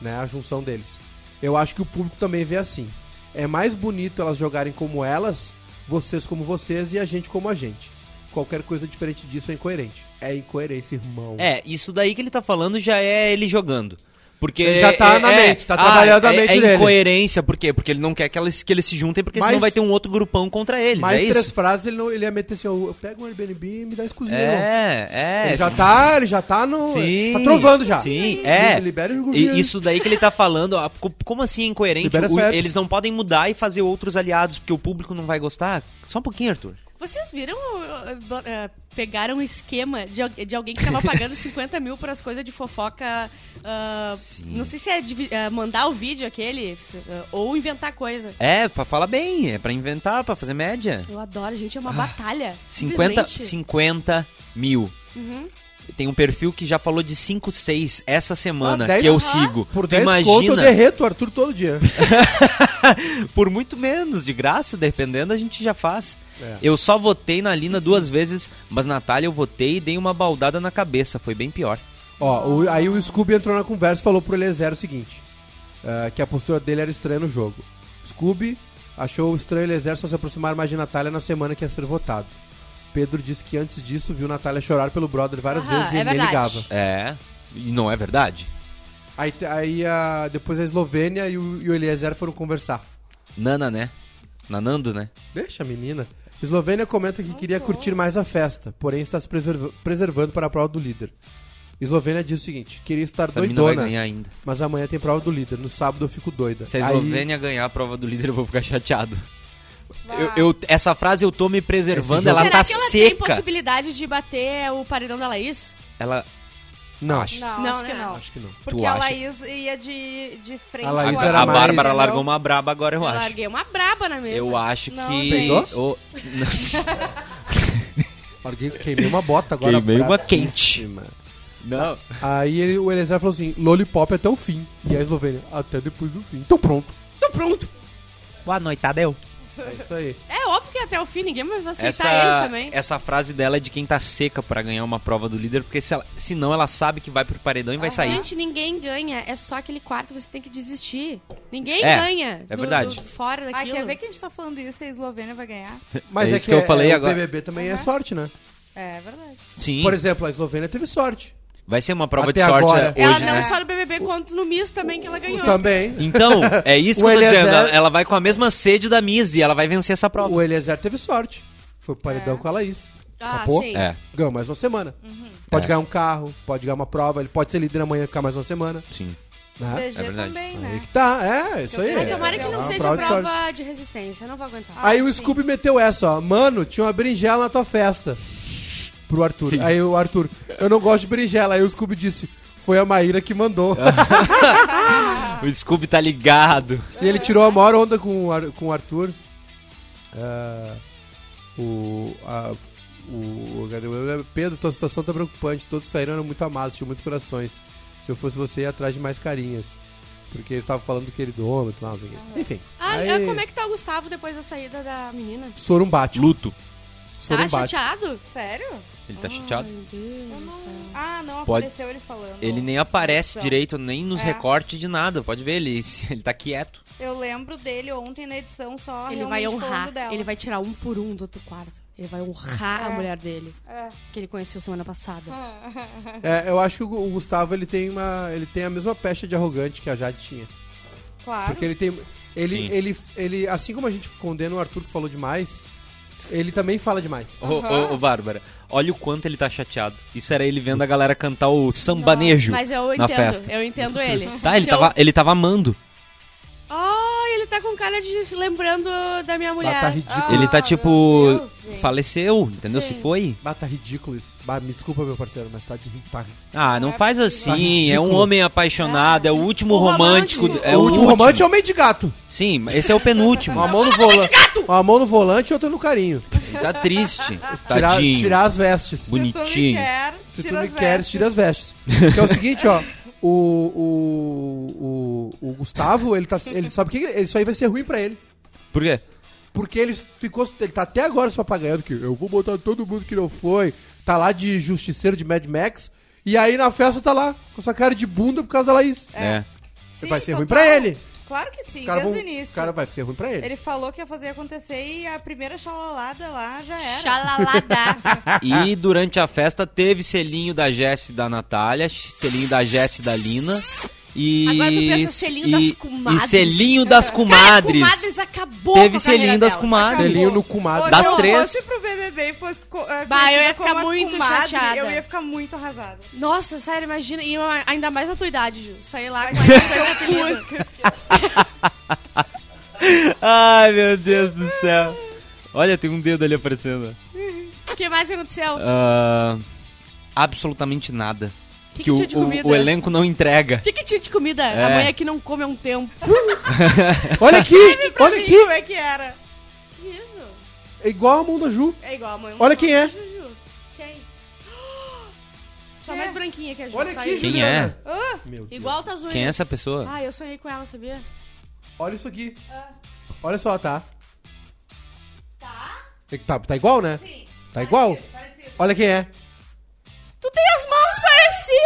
Speaker 4: né? A junção deles. Eu acho que o público também vê assim. É mais bonito elas jogarem como elas, vocês como vocês e a gente como a gente. Qualquer coisa diferente disso é incoerente. É incoerência, irmão.
Speaker 2: É, isso daí que ele tá falando já é ele jogando. Porque
Speaker 4: Ele já tá
Speaker 2: é-
Speaker 4: na
Speaker 2: é-
Speaker 4: mente, tá trabalhando
Speaker 2: é,
Speaker 4: a mente
Speaker 2: é
Speaker 4: dele.
Speaker 2: incoerência, por quê? Porque ele não quer que eles, que eles se juntem, porque
Speaker 4: Mais-
Speaker 2: senão vai ter um outro grupão contra eles,
Speaker 4: Mais
Speaker 2: é
Speaker 4: três
Speaker 2: isso?
Speaker 4: frases, ele, não, ele ia meter assim, ó, eu pego um Airbnb e me dá exclusivo.
Speaker 2: É, é.
Speaker 4: Ele já tá, ele já tá no...
Speaker 2: Sim.
Speaker 4: tá trovando já.
Speaker 2: Sim, é.
Speaker 4: Libera o governo.
Speaker 2: E isso daí que ele tá falando, ó, co- como assim é incoerente?
Speaker 4: Libera
Speaker 2: O-
Speaker 4: essa app.
Speaker 2: eles não podem mudar e fazer outros aliados, porque o público não vai gostar? Só um pouquinho, Arthur.
Speaker 3: Vocês viram o- bo- eh, pegaram um esquema de, al- de alguém que tava pagando 50 mil para as coisas de fofoca. ah,
Speaker 2: Sim.
Speaker 3: não sei se é divi- eh, mandar o vídeo aquele se- ah, ou inventar coisa.
Speaker 2: É, pra falar bem, é pra inventar, pra fazer média.
Speaker 3: Eu adoro, gente, é uma
Speaker 4: Ah,
Speaker 3: batalha.
Speaker 2: 50,
Speaker 3: simplesmente.
Speaker 2: 50 mil.
Speaker 3: Uhum.
Speaker 2: Tem um perfil que já falou de 5, 6 essa semana
Speaker 4: Ah, dez-
Speaker 2: que eu
Speaker 3: Aham.
Speaker 2: sigo.
Speaker 4: Por
Speaker 2: Tu
Speaker 4: 10 conto eu
Speaker 2: Imagina,
Speaker 4: derreto o Arthur todo dia.
Speaker 2: por muito menos, de graça, dependendo, a gente já faz.
Speaker 4: É.
Speaker 2: Eu só votei na Lina duas vezes, mas Natália eu votei e dei uma baldada na cabeça, foi bem pior.
Speaker 4: Ó, o- aí o Scooby entrou na conversa e falou pro Eliezer o seguinte: ah, que a postura dele era estranha no jogo. Scooby achou estranho o Eliezer só se aproximar mais de Natália na semana que ia ser votado. Pedro disse que antes disso viu Natália chorar pelo brother várias
Speaker 3: Aham,
Speaker 4: vezes e
Speaker 3: é
Speaker 4: ele nem
Speaker 3: verdade.
Speaker 4: ligava.
Speaker 2: É, e não é verdade?
Speaker 4: Aí, te- aí a- depois a Eslovênia e o, e o Eliezer foram conversar.
Speaker 2: Nana, né? Nanando, né?
Speaker 4: Deixa, a menina. Eslovênia comenta que queria curtir mais a festa, porém está se preserva- preservando para a prova do líder. Eslovênia diz o seguinte: queria estar
Speaker 2: Essa mina vai
Speaker 4: doidona,
Speaker 2: ganhar ainda.
Speaker 4: mas amanhã tem prova do líder. No sábado eu fico doida.
Speaker 2: Se a
Speaker 4: Aí-
Speaker 2: Eslovênia ganhar a prova do líder, eu vou ficar chateado.
Speaker 5: Vai.
Speaker 2: Eu- eu- essa frase eu tô me
Speaker 4: Esse
Speaker 2: preservando,
Speaker 4: jogo-
Speaker 2: ela
Speaker 3: Será
Speaker 2: tá
Speaker 3: que ela tem
Speaker 2: seca.
Speaker 3: possibilidade de bater o paredão da Laís?
Speaker 2: Ela
Speaker 4: Não, acho,
Speaker 5: Não,
Speaker 3: Não,
Speaker 5: acho que
Speaker 3: né?
Speaker 5: não.
Speaker 4: Acho que não.
Speaker 5: Porque
Speaker 2: Tu
Speaker 5: a
Speaker 2: acha?
Speaker 5: Laís ia de, de frente
Speaker 4: A Laís
Speaker 5: com
Speaker 4: era
Speaker 2: a
Speaker 4: mais-
Speaker 2: Bárbara
Speaker 5: entendeu?
Speaker 2: largou uma braba agora, eu,
Speaker 3: eu
Speaker 2: acho.
Speaker 3: larguei uma braba na mesa.
Speaker 2: Eu acho
Speaker 5: Não,
Speaker 2: que.
Speaker 5: gente.
Speaker 2: o-
Speaker 4: Alguém queimei uma bota agora.
Speaker 2: Queimei uma quente.
Speaker 4: bravíssima.
Speaker 2: Não.
Speaker 4: Aí ele- o Eliezer falou assim: Lollipop até o fim. E a Eslovênia, até depois do fim. Então pronto.
Speaker 3: Tô pronto.
Speaker 2: Boa noitada, eu.
Speaker 4: É isso aí.
Speaker 3: É óbvio que até o fim ninguém vai aceitar eles
Speaker 2: Essa,
Speaker 3: também.
Speaker 2: essa frase dela é de quem tá seca pra ganhar uma prova do líder, porque se ela, senão ela sabe que vai pro paredão e vai sair.
Speaker 3: Gente, ninguém ganha. É só aquele quarto, você tem que desistir. Ninguém
Speaker 2: É,
Speaker 3: ganha.
Speaker 2: é verdade.
Speaker 3: fora
Speaker 5: Ah,
Speaker 3: daquilo.
Speaker 5: quer ver que a gente tá falando isso e a Eslovênia vai ganhar?
Speaker 4: Mas
Speaker 2: É
Speaker 4: é,
Speaker 2: isso que eu falei
Speaker 4: é,
Speaker 2: agora.
Speaker 4: O BBB também é
Speaker 5: Uhum.
Speaker 4: sorte, né?
Speaker 5: É verdade.
Speaker 2: Sim.
Speaker 4: Por exemplo, a Eslovênia teve sorte.
Speaker 2: vai ser uma prova
Speaker 4: Até
Speaker 2: de sorte
Speaker 4: agora.
Speaker 2: hoje,
Speaker 3: ela não
Speaker 2: né?
Speaker 3: só no BBB, quanto no Miss também que ela ganhou.
Speaker 4: Também.
Speaker 2: Então, é isso que
Speaker 4: O
Speaker 2: eu tô
Speaker 4: Eliezer-
Speaker 2: dizendo. Ela, ela vai com a mesma sede da Miss e ela vai vencer essa prova.
Speaker 4: O Eliezer teve sorte. Foi pro paredão com a Laís.
Speaker 3: É. Ah,
Speaker 4: Escapou.
Speaker 3: sim. Uhum.
Speaker 2: É,
Speaker 4: Ganhou mais uma semana. Pode
Speaker 2: É.
Speaker 4: ganhar um carro, pode ganhar uma prova, ele pode ser líder amanhã e ficar mais uma semana.
Speaker 2: sim.
Speaker 4: Né?
Speaker 5: DG
Speaker 2: Ah, é verdade.
Speaker 5: também, né?
Speaker 4: Aí que tá, é, isso aí.
Speaker 5: Ai,
Speaker 3: Ai, tomara
Speaker 4: É,
Speaker 3: que
Speaker 4: é
Speaker 3: não
Speaker 4: uma
Speaker 3: seja
Speaker 4: prova
Speaker 3: prova, assim.
Speaker 4: de sorte.
Speaker 3: de resistência, eu não vou aguentar.
Speaker 4: Aí o
Speaker 5: sim.
Speaker 4: Scooby meteu essa, ó. Mano, tinha uma berinjela na tua festa. Pro Arthur.
Speaker 2: Sim.
Speaker 4: Aí o Arthur, eu não gosto de berinjela. Aí o Scooby disse, foi a Maíra que mandou.
Speaker 2: O Scooby tá ligado.
Speaker 4: e ele tirou a maior onda com, o Ar- com o Arthur. Ah, o, a- o- cadê o- Pedro, tua situação tá preocupante. Todos saíram eram muito amados, tinham muitos corações. Se eu fosse você, ia atrás de mais carinhas. Porque eles estavam falando do queridômetro lá, não sei o quê. Enfim.
Speaker 3: Ah,
Speaker 4: aí,
Speaker 3: ah, como é que tá o Gustavo depois da saída da menina?
Speaker 4: Sorumbate.
Speaker 2: Luto.
Speaker 3: Tá
Speaker 4: Sorumbate.
Speaker 3: chateado?
Speaker 5: Sério?
Speaker 2: Ele tá chateado.
Speaker 3: Meu Deus
Speaker 5: Eu
Speaker 3: do
Speaker 5: não-
Speaker 3: céu.
Speaker 5: Ah, não
Speaker 2: Pode-
Speaker 5: apareceu ele falando.
Speaker 2: Ele nem aparece
Speaker 5: Então,
Speaker 2: direito, nem nos
Speaker 5: É.
Speaker 2: recortes de nada. Pode ver, ele, ele tá quieto.
Speaker 5: Eu lembro dele ontem na edição só
Speaker 3: Ele vai
Speaker 5: realmente falando dela.
Speaker 3: honrar, ele vai tirar um por um do outro quarto. Ele vai honrar a
Speaker 5: É.
Speaker 3: mulher dele,
Speaker 5: É.
Speaker 3: que ele conheceu semana passada.
Speaker 4: É, eu acho que o Gu- o Gustavo ele tem uma, ele tem a mesma pecha de arrogante que a Jade tinha,
Speaker 5: Claro.
Speaker 4: porque ele é tem, ele,
Speaker 2: Sim.
Speaker 4: ele, ele, assim como a gente condena o Arthur que falou demais, ele também fala demais.
Speaker 2: Ô,
Speaker 5: Aham.
Speaker 2: ô, ô, Bárbara, olha o quanto ele tá chateado. Isso era ele vendo a galera cantar o sambanejo.
Speaker 3: Mas eu
Speaker 2: na
Speaker 3: entendo,
Speaker 2: festa.
Speaker 3: eu entendo ele.
Speaker 2: Tá, ele
Speaker 3: Se eu-
Speaker 2: tava, ele tava amando.
Speaker 3: Ai, ele tá com cara de lembrando da minha mulher.
Speaker 4: Bata ridículo,
Speaker 5: Ah,
Speaker 2: ele tá
Speaker 5: meu
Speaker 2: tipo.
Speaker 5: Deus, gente.
Speaker 2: faleceu, entendeu? Se
Speaker 3: Sim.
Speaker 2: foi.
Speaker 4: bah, tá ridículo isso. Bah, me desculpa meu parceiro, mas tá de ri- tá ri-
Speaker 2: Ah, não
Speaker 5: É
Speaker 2: faz assim.
Speaker 4: possível.
Speaker 2: É um homem apaixonado, é o último
Speaker 3: O
Speaker 2: romântico.
Speaker 3: romântico.
Speaker 2: É
Speaker 4: o último romântico é o meio de gato.
Speaker 2: Sim, mas esse é o penúltimo.
Speaker 4: Uma mão no volante, uma mão no volante e outra no carinho.
Speaker 2: Ele tá triste.
Speaker 4: Tirar,
Speaker 2: Tadinho.
Speaker 4: tirar as vestes.
Speaker 5: Se tu me
Speaker 2: Bonitinho.
Speaker 5: quer,
Speaker 4: Se tu
Speaker 5: tira
Speaker 4: me
Speaker 5: as
Speaker 4: queres,
Speaker 5: vestes.
Speaker 4: tira as vestes. Que é o seguinte, ó. O, o, o, o Gustavo, ele tá. Ele sabe que ele- isso aí vai ser ruim pra ele.
Speaker 2: Por quê?
Speaker 4: Porque ele ficou. Ele tá até agora se papagaiando que eu vou botar todo mundo que não foi. Tá lá de justiceiro de Mad Max. E aí na festa tá lá, com essa cara de bunda por causa da Laís.
Speaker 2: É.
Speaker 5: Sim,
Speaker 4: vai ser
Speaker 5: total.
Speaker 4: ruim pra ele.
Speaker 5: Claro que sim,
Speaker 4: O cara,
Speaker 5: desde
Speaker 4: vão-
Speaker 5: o início.
Speaker 4: o cara vai ser ruim pra ele.
Speaker 5: Ele falou que ia fazer acontecer e a primeira chalalada lá
Speaker 3: Ah,
Speaker 5: já era.
Speaker 3: Xalalada.
Speaker 2: É. E durante a festa teve selinho da Jess e da Natália, selinho da Jess e da Lina. E,
Speaker 3: Agora tu pensa selinho das
Speaker 2: e-
Speaker 3: comadres.
Speaker 2: E selinho das comadres.
Speaker 3: Comadres é acabou com
Speaker 2: teve
Speaker 3: a carreira
Speaker 2: selinho das
Speaker 3: dela.
Speaker 2: comadres.
Speaker 4: Selinho no cumado.
Speaker 5: Pô,
Speaker 2: Das
Speaker 5: se eu
Speaker 2: três.
Speaker 5: fosse pro BBB e fosse... co- eh,
Speaker 3: Bah, eu ia
Speaker 5: conhecida
Speaker 3: ficar
Speaker 5: como a
Speaker 3: muito
Speaker 5: comadre,
Speaker 3: chateada.
Speaker 5: Eu ia ficar muito arrasada.
Speaker 3: Nossa, sério, imagina. E eu, ainda mais na tua idade, Ju. Sair lá com esse apelido.
Speaker 2: Ai, meu Deus do céu. Olha, tem um dedo ali aparecendo.
Speaker 3: O que mais que aconteceu?
Speaker 2: Ah, absolutamente nada.
Speaker 3: O que, que,
Speaker 2: o,
Speaker 3: tinha de
Speaker 2: o-
Speaker 3: comida?
Speaker 2: o elenco não entrega.
Speaker 3: O que, que tinha de comida?
Speaker 2: É.
Speaker 3: A mãe aqui não come há um tempo.
Speaker 4: Olha aqui!
Speaker 5: Pra
Speaker 4: Olha
Speaker 5: mim,
Speaker 4: aqui!
Speaker 5: como é que era?
Speaker 3: Isso.
Speaker 4: É igual a mão da Ju.
Speaker 3: É igual a mãe.
Speaker 4: Olha quem é.
Speaker 3: Juju. Quem? Só
Speaker 5: Quem
Speaker 3: mais
Speaker 5: é?
Speaker 3: branquinha que a Ju.
Speaker 4: Olha
Speaker 3: só
Speaker 4: aqui,
Speaker 3: isso.
Speaker 2: Quem é?
Speaker 4: Juliana. Meu Deus.
Speaker 3: Igual tá zoando.
Speaker 2: Quem é essa pessoa?
Speaker 3: Ah, eu sonhei com ela, sabia?
Speaker 4: Olha isso aqui. Olha só, tá? Tá? Tá, igual, né? Sim. Tá igual? Olha quem é.
Speaker 3: Tu tem as mãos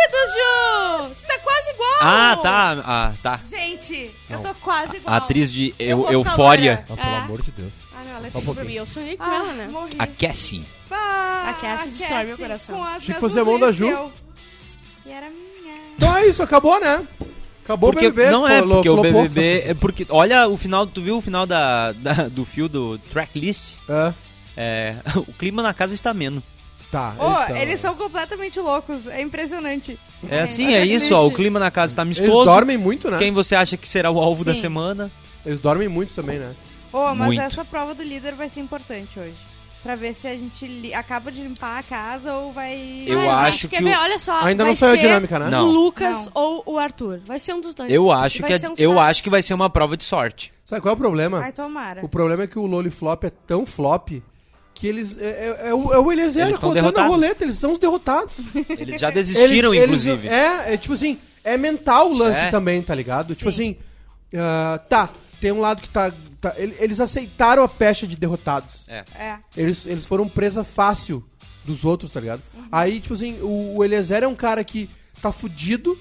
Speaker 3: parecidas, Ju! Tu tá quase igual!
Speaker 2: Ah, tá. Ah, tá.
Speaker 5: Gente, eu tô quase igual.
Speaker 2: A atriz de Eu-
Speaker 3: vou ficar
Speaker 2: Eufória.
Speaker 3: loira.
Speaker 4: Ah, pelo
Speaker 3: É.
Speaker 4: amor de Deus.
Speaker 3: Ah, não, ela é
Speaker 4: Só
Speaker 3: feia pra
Speaker 4: um pouquinho.
Speaker 3: mim. Eu sonhei com
Speaker 5: Ah,
Speaker 3: ela, né?
Speaker 5: morri.
Speaker 2: A Cassie.
Speaker 5: Bah,
Speaker 3: A Cassie destrói meu coração.
Speaker 5: com as
Speaker 4: Achei que
Speaker 5: mesmas
Speaker 4: fosse a mão da
Speaker 5: unhas
Speaker 4: Ju.
Speaker 5: que eu. E era minha.
Speaker 4: Então é isso, acabou, né? Acabou
Speaker 2: Porque
Speaker 4: o BBB.
Speaker 2: não é
Speaker 4: falou-
Speaker 2: porque o
Speaker 4: flopou.
Speaker 2: BBB é porque olha o final, tu viu o final da, da- do fio do tracklist?
Speaker 4: É,
Speaker 2: É, o clima na casa está ameno.
Speaker 4: tá.
Speaker 5: Ô,
Speaker 4: tão-
Speaker 5: eles
Speaker 2: Então.
Speaker 5: são completamente loucos. É impressionante.
Speaker 2: É assim,
Speaker 5: olha
Speaker 2: é
Speaker 5: que
Speaker 2: isso, ó, o
Speaker 5: triste.
Speaker 2: clima na casa está
Speaker 4: Eles
Speaker 2: amistoso.
Speaker 4: dormem muito, né?
Speaker 2: Quem você acha que será o alvo da
Speaker 5: Sim.
Speaker 2: semana?
Speaker 4: Eles dormem muito também, né?
Speaker 5: Ô, mas
Speaker 2: Muito.
Speaker 5: essa prova do líder vai ser importante hoje. Pra ver se a gente li- acaba de limpar a casa ou vai.
Speaker 2: Eu
Speaker 3: Ah,
Speaker 2: acho
Speaker 3: gente, Quer
Speaker 2: que
Speaker 3: ver?
Speaker 2: o-
Speaker 3: Olha só.
Speaker 4: Ainda
Speaker 3: vai
Speaker 4: não saiu a
Speaker 3: ser
Speaker 4: dinâmica, né?
Speaker 2: Não.
Speaker 3: O Lucas
Speaker 5: Não.
Speaker 3: ou o Arthur. Vai ser um dos dois.
Speaker 2: Eu acho que
Speaker 3: Vai
Speaker 2: é-
Speaker 3: ser um
Speaker 2: eu
Speaker 3: saco.
Speaker 2: acho que vai ser uma prova de sorte.
Speaker 4: Sabe qual é o problema?
Speaker 5: Ai, tomara.
Speaker 4: O problema é que o Loliflop é tão flop que eles. É, é- é o, é o Eliezer
Speaker 2: Eles tão
Speaker 4: rodando a
Speaker 2: derrotados.
Speaker 4: roleta, eles são os derrotados.
Speaker 2: Eles já desistiram
Speaker 4: Eles- eles-
Speaker 2: inclusive.
Speaker 4: é, é tipo assim, é mental o lance
Speaker 2: É.
Speaker 4: também, tá ligado? Tipo assim, ah, tá, tem um lado que tá. tá- ele- eles aceitaram a pecha de derrotados.
Speaker 2: É.
Speaker 5: É.
Speaker 4: Eles, eles foram presa fácil dos outros, tá ligado?
Speaker 3: Uhum.
Speaker 4: Aí, tipo assim, o, o Eliezer é um cara que tá fudido.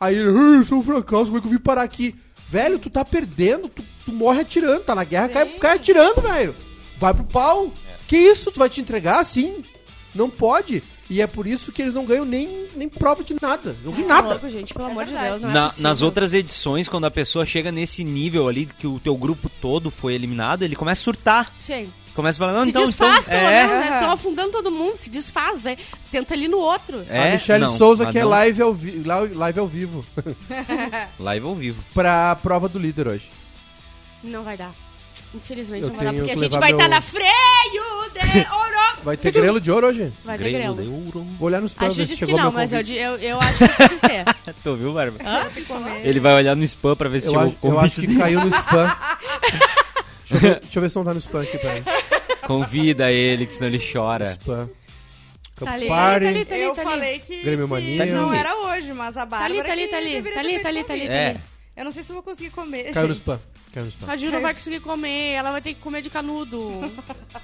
Speaker 4: Aí ele, "Ei, eu sou um fracasso, como é que eu vim parar aqui? Velho, tu tá perdendo, tu, tu morre atirando, tá na guerra, cai, cai atirando, velho. Vai pro pau.
Speaker 3: É.
Speaker 4: Que isso? Tu vai te entregar assim? Não pode. E é por isso que eles não ganham nem, nem prova de nada. Não ganham
Speaker 3: Tá
Speaker 4: nada.
Speaker 3: louco, gente. Pelo
Speaker 5: É
Speaker 3: amor de
Speaker 5: verdade.
Speaker 3: Deus. não é
Speaker 2: Na-
Speaker 3: possível.
Speaker 2: nas outras edições, quando a pessoa chega nesse nível ali que o teu grupo todo foi eliminado, ele começa a surtar,
Speaker 3: Chega.
Speaker 2: começa a falar não,
Speaker 3: se
Speaker 2: então,
Speaker 3: desfaz,
Speaker 2: então
Speaker 3: pelo
Speaker 2: é,
Speaker 3: menos, né?
Speaker 5: Aham.
Speaker 3: Estão afundando todo mundo, se desfaz, velho. Tenta ali no outro.
Speaker 2: é,
Speaker 4: a Michelle
Speaker 2: não,
Speaker 4: Souza
Speaker 2: mas
Speaker 4: que é
Speaker 2: não.
Speaker 4: live ao, vi- live live ao vivo
Speaker 2: live ao vivo.
Speaker 4: pra prova do líder hoje.
Speaker 3: Não vai dar. Infelizmente
Speaker 4: Eu
Speaker 3: não vai dar,
Speaker 4: tenho
Speaker 3: porque a
Speaker 4: que
Speaker 3: gente
Speaker 4: levar
Speaker 3: vai
Speaker 4: meu-
Speaker 3: estar na freio de Europa.
Speaker 4: Vai ter grelo de ouro hoje?
Speaker 3: Vai ter
Speaker 2: Grelo
Speaker 3: grelo.
Speaker 2: de ouro.
Speaker 4: Vou olhar nos
Speaker 3: A
Speaker 4: provas.
Speaker 3: Ju disse que não, mas é eu, di- eu, eu acho que tem que ter.
Speaker 2: Tu viu, Bárbara?
Speaker 3: Hã?
Speaker 2: Ele vai olhar no spam pra ver se
Speaker 4: Eu
Speaker 2: chegou o
Speaker 4: acho, eu
Speaker 2: convite
Speaker 4: acho que
Speaker 2: dele.
Speaker 4: caiu no spam. deixa, eu ver, deixa eu ver se não tá no spam aqui, peraí.
Speaker 2: Convida ele, que senão ele chora.
Speaker 4: Spam.
Speaker 3: Tá
Speaker 4: Campus
Speaker 3: ali,
Speaker 4: Party.
Speaker 3: tá ali, tá ali,
Speaker 5: eu
Speaker 3: tá ali.
Speaker 5: falei que,
Speaker 4: Grêmio
Speaker 5: que
Speaker 4: Mania.
Speaker 5: não
Speaker 2: Tá ali.
Speaker 5: era hoje, mas a Bárbara
Speaker 3: tá ali,
Speaker 5: que
Speaker 3: tá ali,
Speaker 5: deveria
Speaker 3: tá
Speaker 5: ter
Speaker 3: ali,
Speaker 5: feito
Speaker 3: tá ali,
Speaker 5: convite.
Speaker 3: tá ali.
Speaker 2: É,
Speaker 5: Eu não sei se eu vou conseguir comer,
Speaker 4: Caiu no
Speaker 5: gente.
Speaker 4: spam. Caiu no spam.
Speaker 3: A Ju não vai conseguir comer, ela vai ter que comer de canudo.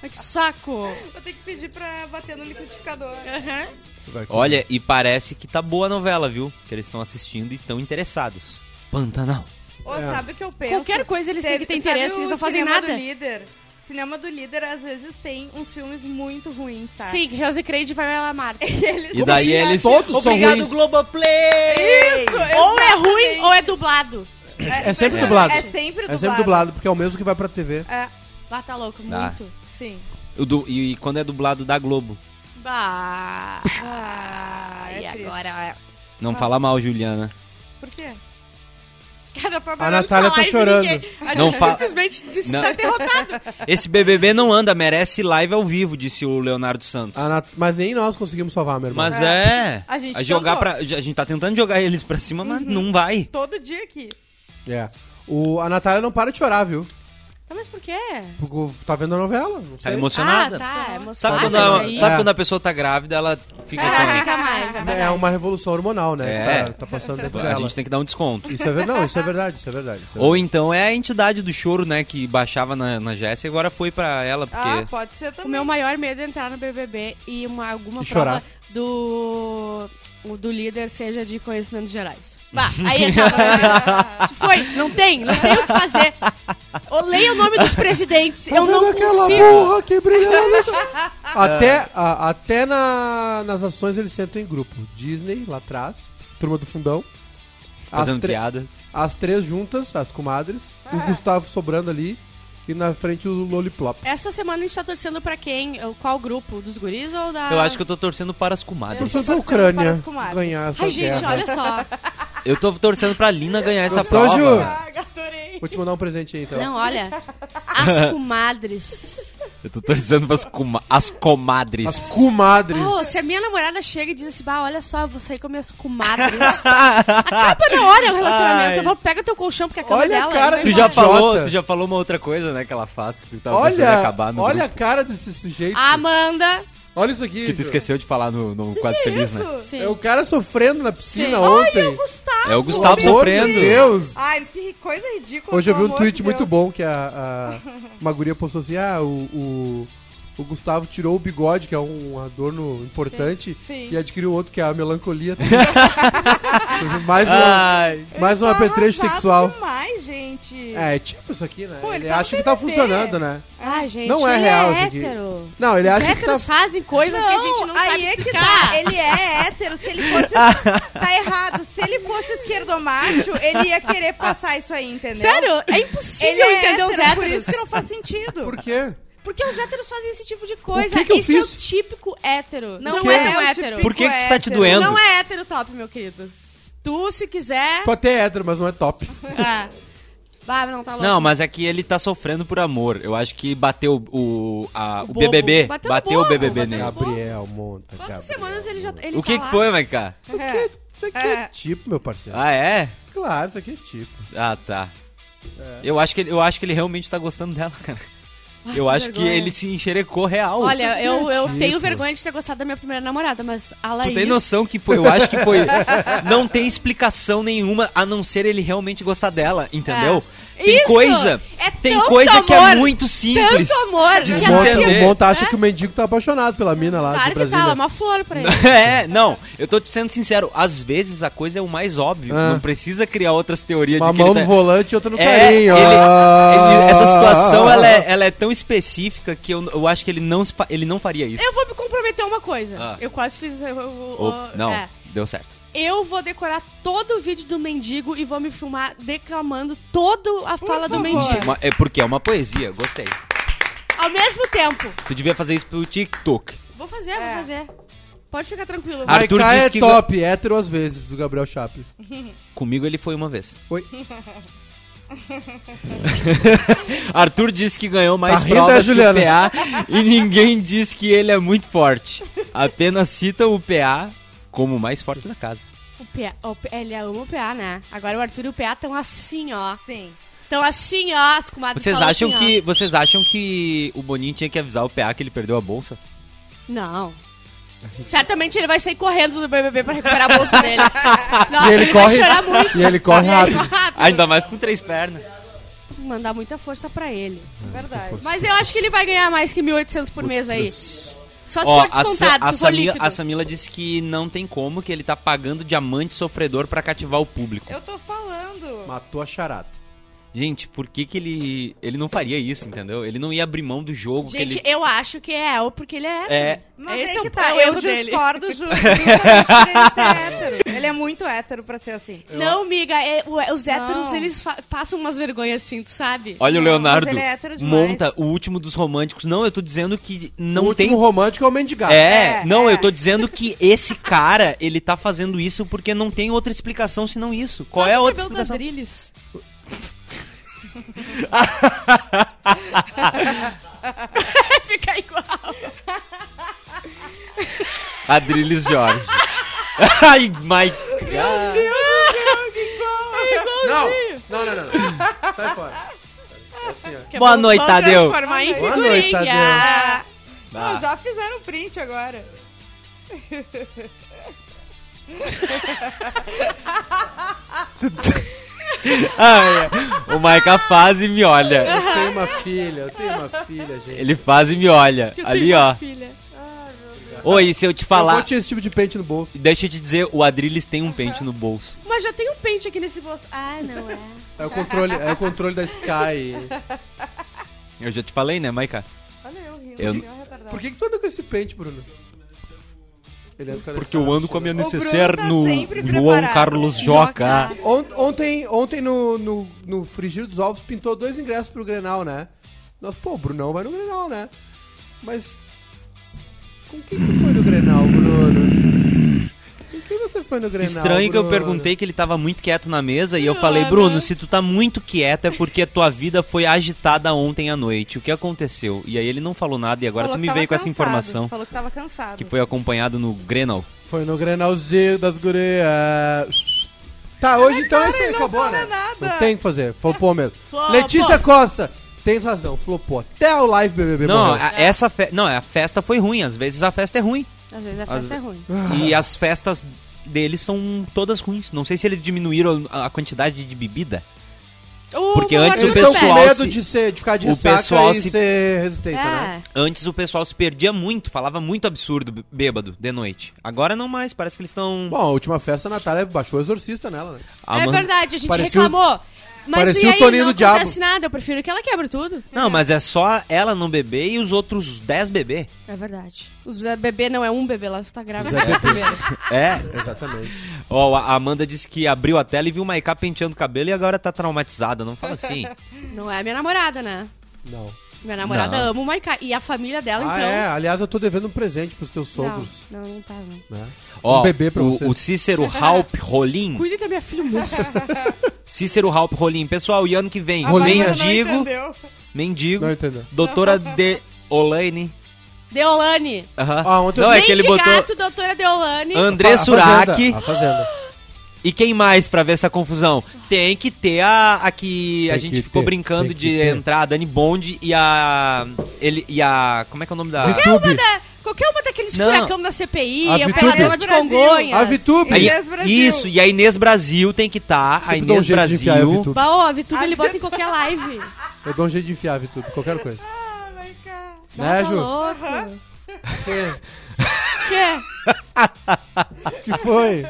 Speaker 3: Ai, que saco.
Speaker 5: Vou ter que pedir pra bater no liquidificador.
Speaker 3: Aham.
Speaker 4: Vai aqui.
Speaker 2: Olha, e parece que tá boa a novela, viu? Que eles estão assistindo e estão interessados. Pantanal.
Speaker 5: Ou
Speaker 4: É.
Speaker 5: sabe o que eu penso?
Speaker 3: Qualquer coisa eles têm que ter
Speaker 5: Sabe
Speaker 3: interesse,
Speaker 5: o
Speaker 3: eles não fazem
Speaker 5: cinema
Speaker 3: nada.
Speaker 5: Do líder? Cinema do líder, às vezes, tem uns filmes muito ruins, tá?
Speaker 3: Sim, Rose Creed vai lá Marte.
Speaker 5: Eles
Speaker 2: E
Speaker 3: assim,
Speaker 2: daí
Speaker 5: Obrigado.
Speaker 2: eles.
Speaker 4: Todos são ruins.
Speaker 2: Globoplay!
Speaker 5: Isso,
Speaker 3: Ou é ruim
Speaker 5: exatamente.
Speaker 3: ou é dublado.
Speaker 4: É sempre dublado.
Speaker 5: É
Speaker 3: Tá
Speaker 5: sempre dublado.
Speaker 4: É sempre dublado, porque é o mesmo que vai pra TV.
Speaker 5: É,
Speaker 3: Bah, tá louco,
Speaker 2: Dá.
Speaker 3: muito.
Speaker 5: sim.
Speaker 2: O du- E quando é dublado da Globo.
Speaker 3: Bah.
Speaker 5: Ah, é
Speaker 3: e
Speaker 5: triste.
Speaker 3: agora?
Speaker 2: Não fala mal, Juliana.
Speaker 5: Por quê?
Speaker 3: Cara, eu tô
Speaker 4: A Natália tá chorando.
Speaker 3: A
Speaker 2: Não
Speaker 3: gente
Speaker 2: fa-
Speaker 3: simplesmente disse-
Speaker 2: Não.
Speaker 3: tá derrotado.
Speaker 2: Esse BBB não anda, merece live ao vivo, disse o Leonardo Santos.
Speaker 4: A Nat- Mas nem nós conseguimos salvar, meu irmão.
Speaker 2: Mas é.
Speaker 5: A gente
Speaker 2: jogar
Speaker 5: tentou.
Speaker 2: pra... A gente tá tentando jogar eles pra cima, mas não vai.
Speaker 5: Todo dia aqui.
Speaker 4: É. O... A Natália não para de chorar, viu?
Speaker 3: Tá, mas por quê?
Speaker 4: Porque tá vendo a novela. Não
Speaker 2: Tá
Speaker 4: sei.
Speaker 2: emocionada?
Speaker 3: Ah, tá, é emocionada.
Speaker 2: Sabe, quando,
Speaker 4: Ah,
Speaker 2: a,
Speaker 4: mas aí-
Speaker 2: sabe
Speaker 4: É.
Speaker 2: quando a pessoa tá grávida, ela fica. com-
Speaker 3: Fica mais, é
Speaker 4: É
Speaker 3: verdade.
Speaker 4: uma revolução hormonal, né?
Speaker 2: É.
Speaker 4: que Tá, tá passando dentro
Speaker 2: A
Speaker 4: dela.
Speaker 2: gente tem que dar um desconto.
Speaker 4: Isso é verdade. Não, isso é verdade, isso é verdade. isso é
Speaker 2: Ou então é a entidade do choro, né, que baixava na, na Jéssica e agora foi pra ela, porque...
Speaker 5: Ah, pode ser
Speaker 3: O
Speaker 5: também.
Speaker 3: meu maior medo é entrar no BBB e uma, alguma
Speaker 4: E chorar.
Speaker 3: prova do, o do líder seja de conhecimentos gerais. Bah, aí acaba. Se Foi, não tem, não tem o que fazer. Eu leio o nome dos presidentes,
Speaker 4: Tá
Speaker 3: eu
Speaker 4: vendo
Speaker 3: não
Speaker 4: aquela
Speaker 3: consigo.
Speaker 4: burra que brilha lá no- Até, a- até na- nas ações eles sentam em grupo. Disney, lá atrás, Turma do Fundão. As,
Speaker 2: fazendo
Speaker 4: tre-
Speaker 2: piadas.
Speaker 4: as três juntas, as comadres,
Speaker 3: Ah.
Speaker 4: o Gustavo sobrando ali e na frente o Lollipop.
Speaker 3: Essa semana a gente tá torcendo pra quem? Qual grupo? Dos guris ou da.
Speaker 2: Eu acho que eu tô torcendo para as comadres.
Speaker 4: Torcendo pra
Speaker 5: Torcendo para
Speaker 4: Ucrânia
Speaker 5: as comadres.
Speaker 4: ganhar essa
Speaker 3: Ai, gente,
Speaker 4: guerra.
Speaker 3: olha só.
Speaker 2: Eu tô torcendo pra Lina ganhar essa
Speaker 4: Gostou,
Speaker 2: prova.
Speaker 4: Ju?
Speaker 2: cara.
Speaker 5: Ah, gatorei.
Speaker 4: Vou te mandar um presente aí, então.
Speaker 3: Não, olha. As comadres
Speaker 2: Eu tô torcendo pras coma- as comadres.
Speaker 4: As comadres.
Speaker 3: Ô, se a minha namorada chega e diz assim, bah, olha só, eu vou sair com minhas comadres. Acaba na hora o relacionamento. Eu vou, pega teu colchão, porque a cama
Speaker 4: Olha
Speaker 3: dela. é
Speaker 4: a cara
Speaker 3: e vai
Speaker 4: do
Speaker 2: Tu
Speaker 4: Jota.
Speaker 2: já,
Speaker 3: embora.
Speaker 2: falou, tu já falou uma outra coisa, né, que ela faz, que tu tava pensando em
Speaker 4: olha,
Speaker 2: acabar no
Speaker 4: olha a
Speaker 2: grupo,
Speaker 4: cara desse sujeito.
Speaker 3: Ah, Amanda.
Speaker 4: Olha isso aqui.
Speaker 2: que tu
Speaker 4: Ju.
Speaker 2: esqueceu de falar no, no Quase Feliz, né?
Speaker 5: Isso.
Speaker 3: Sim.
Speaker 4: É o cara sofrendo na piscina
Speaker 3: Sim.
Speaker 4: ontem.
Speaker 5: Gustavo.
Speaker 3: Ah,
Speaker 2: É o Gustavo
Speaker 4: Pelo amor de
Speaker 2: sofrendo.
Speaker 4: Deus.
Speaker 5: Ai, que coisa ridícula.
Speaker 4: Hoje eu vi
Speaker 5: pelo
Speaker 4: um
Speaker 5: amor
Speaker 4: tweet
Speaker 5: de
Speaker 4: muito
Speaker 5: Deus.
Speaker 4: bom que a, a uma guria postou assim: ah, o, o, o Gustavo tirou o bigode, que é um adorno importante,
Speaker 5: Sim.
Speaker 4: e adquiriu outro, que é a melancolia. mais uma,
Speaker 2: Ai.
Speaker 4: mais um
Speaker 5: Tá
Speaker 4: apetrecho
Speaker 5: arrasado
Speaker 4: sexual.
Speaker 5: demais, gente.
Speaker 4: É, é tipo isso aqui, né?
Speaker 5: Pô, ele
Speaker 4: ele
Speaker 5: tá no
Speaker 4: acha que tá
Speaker 5: BBB.
Speaker 4: funcionando, né?
Speaker 3: Ai, gente,
Speaker 4: Não é
Speaker 3: ele
Speaker 4: real
Speaker 3: é
Speaker 4: isso aqui.
Speaker 3: hétero.
Speaker 4: Não, ele
Speaker 3: Os
Speaker 4: acha que tá.
Speaker 3: héteros fazem coisas que a gente não
Speaker 5: aí
Speaker 3: sabe
Speaker 5: é que
Speaker 3: explicar.
Speaker 5: tá. Ele é hétero. Se ele fosse. tá errado. Se ele fosse esquerdomacho, ele ia querer passar isso aí, entendeu?
Speaker 3: Sério, é
Speaker 5: Ele
Speaker 3: impossível
Speaker 5: é
Speaker 3: entender os
Speaker 5: hétero, por
Speaker 3: héteros.
Speaker 5: isso que não faz sentido.
Speaker 4: Por quê?
Speaker 3: Porque os héteros fazem esse tipo de coisa.
Speaker 4: que que eu
Speaker 3: Esse é o
Speaker 4: fiz?
Speaker 3: típico hétero.
Speaker 5: Não
Speaker 3: Tu
Speaker 5: é
Speaker 3: tão
Speaker 5: o
Speaker 3: hétero.
Speaker 5: típico
Speaker 2: Por que que tu tá te
Speaker 5: hétero.
Speaker 3: Tu
Speaker 2: doendo?
Speaker 3: não é hétero top, meu querido. Tu, se quiser.
Speaker 4: Tu até é hétero, mas não é top.
Speaker 3: Ah. Bah, não, tá louco.
Speaker 2: Não, mas é que ele tá sofrendo por amor. Eu acho que bateu o, a-
Speaker 3: O
Speaker 2: o,
Speaker 3: bobo.
Speaker 2: BBB.
Speaker 3: Bateu
Speaker 2: Bateu,
Speaker 3: o
Speaker 2: o
Speaker 3: bobo,
Speaker 2: BBB
Speaker 3: bateu
Speaker 4: Tá
Speaker 2: nele.
Speaker 3: o bobo.
Speaker 4: Gabriel, monta.
Speaker 3: Quantas
Speaker 4: Gabriel.
Speaker 3: semanas ele já. Ele
Speaker 2: O que,
Speaker 3: tá
Speaker 2: que
Speaker 3: lá?
Speaker 2: foi, Maiká?
Speaker 4: Isso aqui, é- isso aqui é.
Speaker 5: É.
Speaker 4: tipo, meu parceiro.
Speaker 2: Ah, é?
Speaker 4: Claro, isso aqui é tipo.
Speaker 2: Ah, tá.
Speaker 4: É.
Speaker 2: Eu, acho que ele, eu acho que ele realmente tá gostando dela, cara. eu acho
Speaker 3: Ah, vergonha.
Speaker 2: que ele se enxerecou real.
Speaker 3: Olha, eu, eu
Speaker 4: Tipo.
Speaker 3: tenho vergonha de ter gostado da minha primeira namorada, mas a Laís.
Speaker 2: Tu tem noção que foi, eu acho que foi. Não tem explicação nenhuma a não ser ele realmente gostar dela, entendeu?
Speaker 3: É.
Speaker 2: Tem
Speaker 3: Isso!
Speaker 2: coisa,
Speaker 3: É
Speaker 2: tem
Speaker 3: tanto
Speaker 2: coisa que é
Speaker 3: amor!
Speaker 2: muito simples.
Speaker 3: Tanto
Speaker 2: Desmonta
Speaker 3: amor! que ela-
Speaker 4: Monta,
Speaker 2: Entender.
Speaker 4: o Monta acha
Speaker 3: É?
Speaker 4: que o mendigo tá apaixonado pela mina lá
Speaker 3: Claro
Speaker 4: do
Speaker 3: que
Speaker 4: Brasil. né?
Speaker 3: tá, é uma flor pra ele.
Speaker 2: É, né? não, eu tô te sendo sincero, às vezes a coisa é o mais óbvio,
Speaker 4: Ah.
Speaker 2: não precisa criar outras teorias de
Speaker 4: Uma
Speaker 2: que
Speaker 4: mão
Speaker 2: ele
Speaker 4: no
Speaker 2: tá...
Speaker 4: volante e outra no
Speaker 2: É, ele-
Speaker 4: carinho. Ah.
Speaker 2: ele- essa situação ela é, ela é tão específica que eu, eu acho que ele não, se fa- ele não faria isso.
Speaker 3: Eu vou me comprometer a uma coisa.
Speaker 2: Ah.
Speaker 3: Eu quase fiz. eu- eu-
Speaker 2: Ou-
Speaker 3: eu-
Speaker 2: não,
Speaker 3: é.
Speaker 2: deu certo.
Speaker 3: Eu vou decorar todo o vídeo do mendigo e vou me filmar declamando toda a fala do
Speaker 5: favor.
Speaker 3: mendigo.
Speaker 2: Uma- é porque é uma poesia, gostei.
Speaker 3: Ao mesmo tempo.
Speaker 2: Tu devia fazer isso pro TikTok.
Speaker 3: Vou fazer,
Speaker 5: É.
Speaker 3: vou fazer. Pode ficar tranquilo.
Speaker 2: Ah.
Speaker 4: Arthur
Speaker 2: Arthur
Speaker 4: é
Speaker 2: disse que-
Speaker 4: top, hétero às vezes, o Gabriel Chaplin.
Speaker 2: Comigo ele foi uma vez.
Speaker 4: Oi.
Speaker 2: Arthur disse que ganhou mais
Speaker 4: Tá rindo,
Speaker 2: provas
Speaker 4: é,
Speaker 2: que o
Speaker 4: Juliana?
Speaker 2: PA e ninguém diz que ele é muito forte. Apenas citam o PA como o mais forte da casa.
Speaker 3: O PA, o PA, ele ama o PA, né? Agora o Arthur e o PA estão assim, ó.
Speaker 5: Sim.
Speaker 3: Estão assim, ó. As comadres
Speaker 2: Vocês
Speaker 3: falam
Speaker 2: acham
Speaker 3: assim, ó.
Speaker 2: que vocês acham que o Boninho tinha que avisar o PA que ele perdeu a bolsa?
Speaker 3: Não. Certamente ele vai sair correndo do BBB pra recuperar a bolsa dele. Nossa,
Speaker 4: E
Speaker 3: ele,
Speaker 4: ele
Speaker 3: vai
Speaker 4: corre-
Speaker 3: chorar muito.
Speaker 4: E ele corre rápido.
Speaker 2: Ainda mais com três pernas.
Speaker 3: Mandar muita força pra ele.
Speaker 2: É,
Speaker 5: Verdade.
Speaker 3: Mas eu acho que ele vai ganhar mais que 1.800 por mês aí. Só se
Speaker 2: Ó,
Speaker 3: for
Speaker 2: a, Sa-
Speaker 3: descontado,
Speaker 2: a
Speaker 3: se for
Speaker 2: Samila,
Speaker 3: líquido.
Speaker 2: a Samila disse que não tem como, que ele tá pagando diamante sofredor pra cativar o público.
Speaker 5: Eu tô falando.
Speaker 4: Matou a charada.
Speaker 2: Gente, por que que ele ele não faria isso, entendeu? Ele não ia abrir mão do jogo
Speaker 3: Gente,
Speaker 2: que ele
Speaker 3: eu acho que é El, porque ele é.
Speaker 2: é
Speaker 5: Mas
Speaker 3: Esse
Speaker 5: aí
Speaker 3: é o
Speaker 5: que
Speaker 3: pa-
Speaker 5: tá,
Speaker 3: o
Speaker 5: eu
Speaker 3: erro dele.
Speaker 5: discordo ju- justamente por ele ser hétero. Ele é muito hétero pra ser assim.
Speaker 3: Não, miga, é- o- os héteros,
Speaker 5: Não.
Speaker 3: eles fa- passam umas vergonhas assim, tu sabe?
Speaker 2: Olha o
Speaker 5: Não,
Speaker 2: Leonardo,
Speaker 5: mas ele é hétero demais.
Speaker 2: monta o último dos românticos. Não, eu tô dizendo que
Speaker 4: o
Speaker 2: não
Speaker 4: último
Speaker 2: tem...
Speaker 4: romântico é o mendigado.
Speaker 2: É,
Speaker 5: É,
Speaker 2: não,
Speaker 5: é.
Speaker 2: eu tô dizendo que esse cara, ele tá fazendo isso porque não tem outra explicação senão isso. Qual é a outra explicação?
Speaker 3: Drilis. Fica igual.
Speaker 2: Adriles Jorge. Ai, Mike.
Speaker 4: Não, não, não, não. não. Sai fora. É assim, ó.
Speaker 3: Que
Speaker 2: Boa
Speaker 3: vão-
Speaker 2: noite,
Speaker 3: vão
Speaker 2: Tadeu.
Speaker 3: transformar em
Speaker 4: Boa
Speaker 3: figurinha.
Speaker 4: noite, Tadeu.
Speaker 5: Ah,
Speaker 2: Ah.
Speaker 5: Não, já fizeram print agora.
Speaker 2: Ai, é. o Maica faz e me olha.
Speaker 4: Eu tenho uma filha, eu tenho uma filha, gente.
Speaker 2: Ele faz e me olha.
Speaker 3: Eu tenho
Speaker 2: Ali,
Speaker 3: uma
Speaker 2: ó.
Speaker 3: filha.
Speaker 2: Oi, se eu te
Speaker 4: Eu
Speaker 2: falar.
Speaker 4: vou tinha esse tipo de pente no bolso.
Speaker 2: Deixa eu te dizer, o Adriles tem um pente no bolso.
Speaker 3: Mas já tem um pente aqui nesse bolso. Ah, não é.
Speaker 4: É o controle, é o controle da Sky.
Speaker 2: Eu já te falei, né, Maica?
Speaker 5: Olha eu rindo,
Speaker 2: Eu-
Speaker 5: que nem um retardado.
Speaker 4: Por que, que tu anda com esse pente, Bruno? Ele anda com a
Speaker 2: Porque eu ando com a minha
Speaker 5: O Bruno tá
Speaker 2: necessaire no
Speaker 5: sempre
Speaker 2: João
Speaker 5: preparado.
Speaker 2: Carlos
Speaker 3: Joca.
Speaker 2: Joca.
Speaker 4: Ont- ontem, ontem no, no, no Frigir dos Ovos pintou dois ingressos pro Grenal, né? Nós, pô, o Brunão vai no Grenal, né? Mas. Com quem tu foi no Grenal, Bruno? Com quem quem você foi no Grenal?
Speaker 2: Estranho que eu
Speaker 4: Bruno?
Speaker 2: perguntei que ele tava muito quieto na mesa e eu
Speaker 3: Bruno.
Speaker 5: né?
Speaker 2: falei, Bruno, se tu tá muito quieto é porque a tua vida foi agitada ontem à noite. O que aconteceu? E aí ele não falou nada e agora
Speaker 5: Falou
Speaker 2: tu
Speaker 5: que
Speaker 2: me
Speaker 5: tava
Speaker 2: veio com essa
Speaker 5: cansado,
Speaker 2: informação
Speaker 5: Falou que tava cansado.
Speaker 2: que foi acompanhado no Grenal.
Speaker 4: Foi no Grenalzinho das gurias. Tá, hoje então é isso aí,
Speaker 5: não
Speaker 4: acabou,
Speaker 5: fala
Speaker 4: né?
Speaker 5: nada.
Speaker 4: Não tem o que fazer, flopou mesmo.
Speaker 3: Flopou.
Speaker 4: Letícia Costa, tens razão, flopou. Até o live BBB
Speaker 2: Não,
Speaker 4: morreu.
Speaker 2: a- essa fe... não, a festa foi ruim, às vezes a festa é ruim.
Speaker 3: Às vezes a
Speaker 2: Às
Speaker 3: festa é ruim.
Speaker 5: Ah.
Speaker 2: E as festas deles são todas ruins. Não sei se eles diminuíram a a quantidade de bebida.
Speaker 3: O
Speaker 2: Porque antes
Speaker 3: Maurício
Speaker 2: o
Speaker 4: Eles
Speaker 3: Pérez.
Speaker 4: estão
Speaker 2: pessoal
Speaker 4: com medo
Speaker 2: se-
Speaker 4: de, ser, de ficar de
Speaker 2: o
Speaker 4: ressaca
Speaker 2: pessoal
Speaker 4: e
Speaker 2: se-
Speaker 4: ser resistência, né?
Speaker 3: É.
Speaker 2: Antes o pessoal se perdia muito, falava muito absurdo b- bêbado de noite. Agora não mais, parece que eles estão
Speaker 5: É
Speaker 4: Bom, a última festa a Natália baixou o exorcista nela, né?
Speaker 3: É
Speaker 2: amando-
Speaker 3: verdade, a gente
Speaker 4: Parecia o-
Speaker 3: reclamou. Mas
Speaker 4: parecia
Speaker 3: e
Speaker 4: o
Speaker 3: aí,
Speaker 4: Toninho
Speaker 3: não
Speaker 4: do Diabo.
Speaker 3: acontece nada, eu prefiro que ela quebre tudo.
Speaker 2: Não, mas é só ela não beber e os outros 10 beber.
Speaker 3: É verdade. Os bebê não é um bebê, ela tá grávida.
Speaker 4: Zé
Speaker 3: É. primeiro.
Speaker 2: É.
Speaker 4: Exatamente.
Speaker 2: Ó, a Amanda disse que abriu a tela e viu o Maiká penteando o cabelo e agora tá traumatizada. Não fala assim.
Speaker 4: Um
Speaker 3: Não é a minha namorada, né?
Speaker 4: Não.
Speaker 3: Minha namorada
Speaker 2: Não.
Speaker 3: ama o Maiká. E a família dela,
Speaker 4: Ah,
Speaker 3: então.
Speaker 4: é, aliás, eu tô devendo um presente pros teus
Speaker 3: Não,
Speaker 4: sogros.
Speaker 3: não, não tá, não.
Speaker 4: Né?
Speaker 2: Ó,
Speaker 4: um bebê pra
Speaker 2: o,
Speaker 4: você.
Speaker 2: o Cícero Halp Rolim.
Speaker 3: Cuida da minha filha, moça.
Speaker 2: Cícero Halp Rolim. Pessoal, e ano que vem?
Speaker 5: A Bárbara não
Speaker 2: Mendigo.
Speaker 5: entendeu.
Speaker 2: Mendigo.
Speaker 4: Não entendeu.
Speaker 2: Doutora de Olaine.
Speaker 3: Deolane.
Speaker 2: Aham.
Speaker 4: Ah, ontem eu-
Speaker 2: Não, é
Speaker 3: Vem
Speaker 2: que ele
Speaker 3: de
Speaker 2: botou
Speaker 3: gato, doutora Deolane.
Speaker 2: André Suraki.
Speaker 4: A fazenda.
Speaker 2: E quem mais pra ver essa confusão? Tem que ter a, a que a
Speaker 4: Tem
Speaker 2: gente
Speaker 4: que
Speaker 2: ficou
Speaker 4: ter,
Speaker 2: brincando
Speaker 4: tem que
Speaker 2: de
Speaker 4: ter.
Speaker 2: entrar, a Dani Bond e a. Ele, e a. Como é que é o nome da.
Speaker 4: Vitube.
Speaker 3: Qualquer uma daqueles
Speaker 2: Não.
Speaker 3: furacão da CPI,
Speaker 4: A
Speaker 3: a
Speaker 4: Vitube.
Speaker 3: operadora de
Speaker 5: Brasil.
Speaker 3: Congonhas.
Speaker 4: A Ah, Vitube.
Speaker 2: A I-
Speaker 5: Inês Brasil.
Speaker 2: Isso, e a Inês Brasil tem que estar.
Speaker 4: Sempre
Speaker 2: a
Speaker 4: dou um
Speaker 2: Inês
Speaker 4: jeito de enfiar a
Speaker 2: Brasil.
Speaker 4: Vitube.
Speaker 3: Bah, ó, a Vitube
Speaker 5: A
Speaker 3: ele bota em qualquer live.
Speaker 4: Eu dou um jeito de enfiar a Vitube, qualquer coisa.
Speaker 5: Ah, vai cá.
Speaker 4: né,
Speaker 3: tá
Speaker 4: Ju?
Speaker 3: louco.
Speaker 4: Que-
Speaker 3: Que?
Speaker 4: Que foi?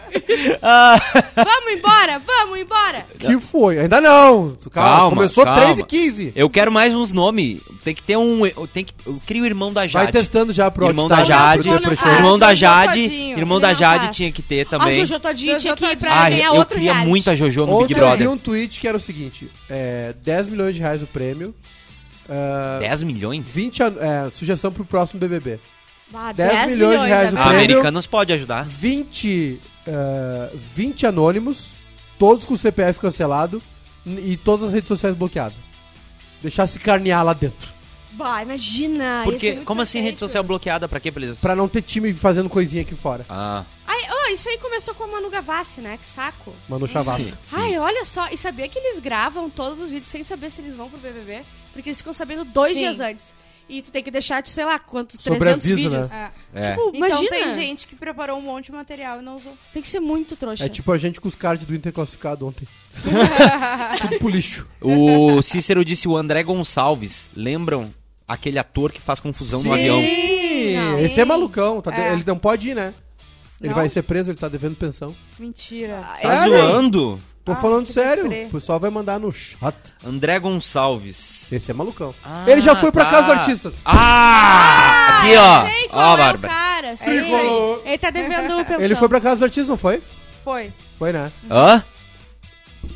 Speaker 3: Vamos embora, vamos embora.
Speaker 4: Que foi? Ainda não. Calma,
Speaker 2: Calma,
Speaker 4: começou
Speaker 2: calma.
Speaker 4: 3 e 15.
Speaker 2: Eu quero mais uns nomes. Tem que ter um. eu- Tem que, eu queria o irmão da
Speaker 4: Vai
Speaker 2: Jade.
Speaker 4: testando já pro
Speaker 2: irmão
Speaker 4: Outstyle,
Speaker 2: da Jade.
Speaker 4: pro
Speaker 3: Não, não
Speaker 4: Depression.
Speaker 3: faz.
Speaker 2: Irmão da
Speaker 5: Faz,
Speaker 2: Jade.
Speaker 5: Tadinho.
Speaker 2: Irmão da
Speaker 3: Não
Speaker 2: Jade
Speaker 3: faz.
Speaker 2: tinha que ter
Speaker 3: A
Speaker 2: também.
Speaker 3: Jojo Todinho tinha que ir pra
Speaker 2: Ah,
Speaker 3: ganhar
Speaker 2: eu
Speaker 3: outro
Speaker 2: queria
Speaker 3: reality.
Speaker 2: muito a Jojo no
Speaker 4: Ontem
Speaker 2: Big
Speaker 4: eu vi
Speaker 2: Brother.
Speaker 4: um tweet que era o seguinte: é, 10 milhões de reais o prêmio. ah,
Speaker 2: 10 milhões?
Speaker 4: 20 an- é, sugestão pro próximo BBB.
Speaker 3: Ah,
Speaker 4: 10 milhões de reais o
Speaker 2: A
Speaker 3: agora.
Speaker 4: prêmio.
Speaker 2: Ah, Americanas pode ajudar.
Speaker 4: 20, ah, 20 anônimos, todos com o CPF cancelado n- e todas as redes sociais bloqueadas. Deixar se carnear lá dentro.
Speaker 3: Bah, imagina. ia ser
Speaker 2: Porque,
Speaker 3: é muito
Speaker 2: como assim rede
Speaker 3: perfeito.
Speaker 2: social bloqueada? Pra quê, pra eles-
Speaker 4: Pra não ter time fazendo coisinha aqui fora.
Speaker 2: Ah,
Speaker 3: Ai, ó, isso aí começou com a Manu Gavassi, né? Que saco.
Speaker 4: Manu Chavasca.
Speaker 2: sim, sim.
Speaker 3: Ai, olha só. E sabia que eles gravam todos os vídeos sem saber se eles vão pro BBB? Porque eles ficam sabendo dois
Speaker 5: Sim.
Speaker 3: dias antes. E tu tem que deixar, de, sei lá, quanto, 300
Speaker 4: Sobreaviso,
Speaker 3: vídeos.
Speaker 4: né?
Speaker 5: É.
Speaker 2: É.
Speaker 3: Tipo,
Speaker 5: Então
Speaker 3: imagina.
Speaker 5: tem gente que preparou um monte de material e não usou.
Speaker 3: Tem que ser muito trouxa.
Speaker 4: É tipo a gente com os cards do Inter classificado ontem. Tudo pro lixo.
Speaker 2: O Cícero disse o André Gonçalves. Lembram aquele ator que faz confusão no avião?
Speaker 3: é Não.
Speaker 4: Esse é malucão. tá de-
Speaker 5: É.
Speaker 4: Ele não pode ir, né? Ele
Speaker 5: Não?
Speaker 4: vai ser preso, ele tá devendo pensão.
Speaker 5: Mentira.
Speaker 3: Ah,
Speaker 2: Tá
Speaker 4: Sério?
Speaker 2: zoando?
Speaker 4: Tô
Speaker 5: Ah,
Speaker 4: falando
Speaker 5: que
Speaker 4: sério.
Speaker 5: deprê.
Speaker 4: O pessoal vai mandar no chat.
Speaker 2: André Gonçalves.
Speaker 4: Esse é malucão.
Speaker 2: Ah,
Speaker 4: ele já foi pra
Speaker 2: tá.
Speaker 4: casa dos artistas.
Speaker 2: Ah! aqui, ó.
Speaker 3: Sei qual
Speaker 2: Ó,
Speaker 3: é o
Speaker 2: Bárbara.
Speaker 3: cara, sei.
Speaker 4: Tricolor.
Speaker 3: Ele tá devendo pensão.
Speaker 4: Ele foi pra casa dos artistas, não foi?
Speaker 5: Foi.
Speaker 4: Foi, né?
Speaker 2: Hã?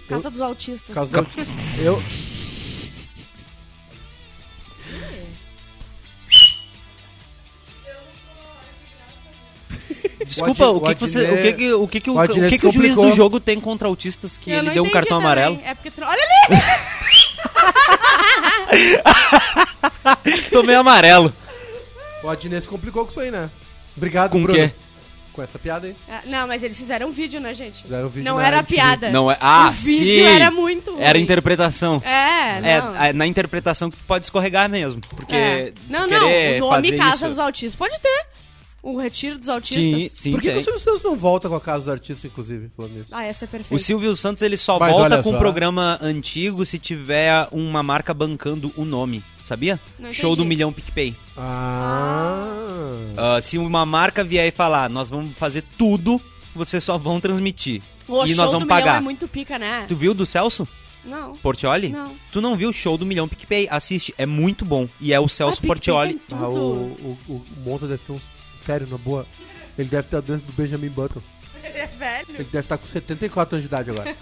Speaker 3: Casa dos Autistas.
Speaker 4: Casa dos
Speaker 2: Ca-
Speaker 4: artistas. Eu...
Speaker 2: Desculpa,
Speaker 4: O
Speaker 2: o, que,
Speaker 4: Ad-
Speaker 2: que
Speaker 4: o
Speaker 2: você. O que,
Speaker 4: Adnet-
Speaker 2: que, o, que, que, o,
Speaker 4: o Adnet
Speaker 2: o que,
Speaker 4: se
Speaker 2: que o juiz do
Speaker 4: complicou.
Speaker 2: jogo tem contra autistas que
Speaker 3: Eu
Speaker 2: ele
Speaker 3: não
Speaker 2: deu um
Speaker 3: entendi
Speaker 2: cartão
Speaker 3: também.
Speaker 2: amarelo?
Speaker 3: É porque tu... Olha ali!
Speaker 2: Tomei amarelo.
Speaker 4: O Adnet se complicou com isso aí, né? Obrigado,
Speaker 2: Com o
Speaker 4: Bruno.
Speaker 2: quê?
Speaker 4: Com essa piada aí.
Speaker 3: Ah,
Speaker 2: É.
Speaker 3: Não, mas eles fizeram um vídeo, né, gente?
Speaker 4: Fizeram um vídeo
Speaker 3: não
Speaker 4: na
Speaker 3: era
Speaker 4: MTV.
Speaker 3: piada.
Speaker 2: Não é. Ah,
Speaker 3: o vídeo
Speaker 2: sim.
Speaker 3: era muito ruim.
Speaker 2: Era interpretação.
Speaker 3: É,
Speaker 2: É,
Speaker 3: não.
Speaker 2: é, na interpretação que tu pode escorregar mesmo. Porque.
Speaker 3: É.
Speaker 2: tu
Speaker 3: Não, não,
Speaker 2: querer
Speaker 3: o nome
Speaker 2: fazer
Speaker 3: Casa
Speaker 2: isso-
Speaker 3: dos Autistas pode ter. O Retiro dos
Speaker 2: Sim,
Speaker 3: Autistas.
Speaker 2: sim.
Speaker 4: Por que, que
Speaker 2: tem.
Speaker 4: o Silvio Santos não volta com a casa dos artistas, inclusive, falando isso?
Speaker 3: Ah, essa é perfeita.
Speaker 2: O Silvio Santos ele só
Speaker 4: Mas
Speaker 2: volta
Speaker 4: olha
Speaker 2: com um
Speaker 4: só.
Speaker 2: programa antigo se tiver uma marca bancando o nome, sabia?
Speaker 3: Não
Speaker 2: Show do
Speaker 3: entendi.
Speaker 2: Milhão PicPay.
Speaker 4: Ah.
Speaker 2: Ah, se uma marca vier e falar, nós vamos fazer tudo, vocês só vão transmitir.
Speaker 3: O
Speaker 2: e
Speaker 3: show
Speaker 2: nós
Speaker 3: do
Speaker 2: vamos
Speaker 3: Milhão
Speaker 2: pagar.
Speaker 3: é muito pica, né?
Speaker 2: Tu É viu do Celso
Speaker 3: Não.
Speaker 2: Portioli?
Speaker 3: Não.
Speaker 2: Tu não viu o show do Milhão PicPay? Assiste, é muito bom. E é o Celso
Speaker 3: Ah, PicPay
Speaker 2: Portioli.
Speaker 3: tem tudo.
Speaker 4: Ah, o, o, o Monta deve ter uns. Sério, na boa. Ele deve ter a doença do Benjamin Button.
Speaker 5: Ele é
Speaker 4: Ele
Speaker 5: velho.
Speaker 4: deve estar com 74 anos de idade agora.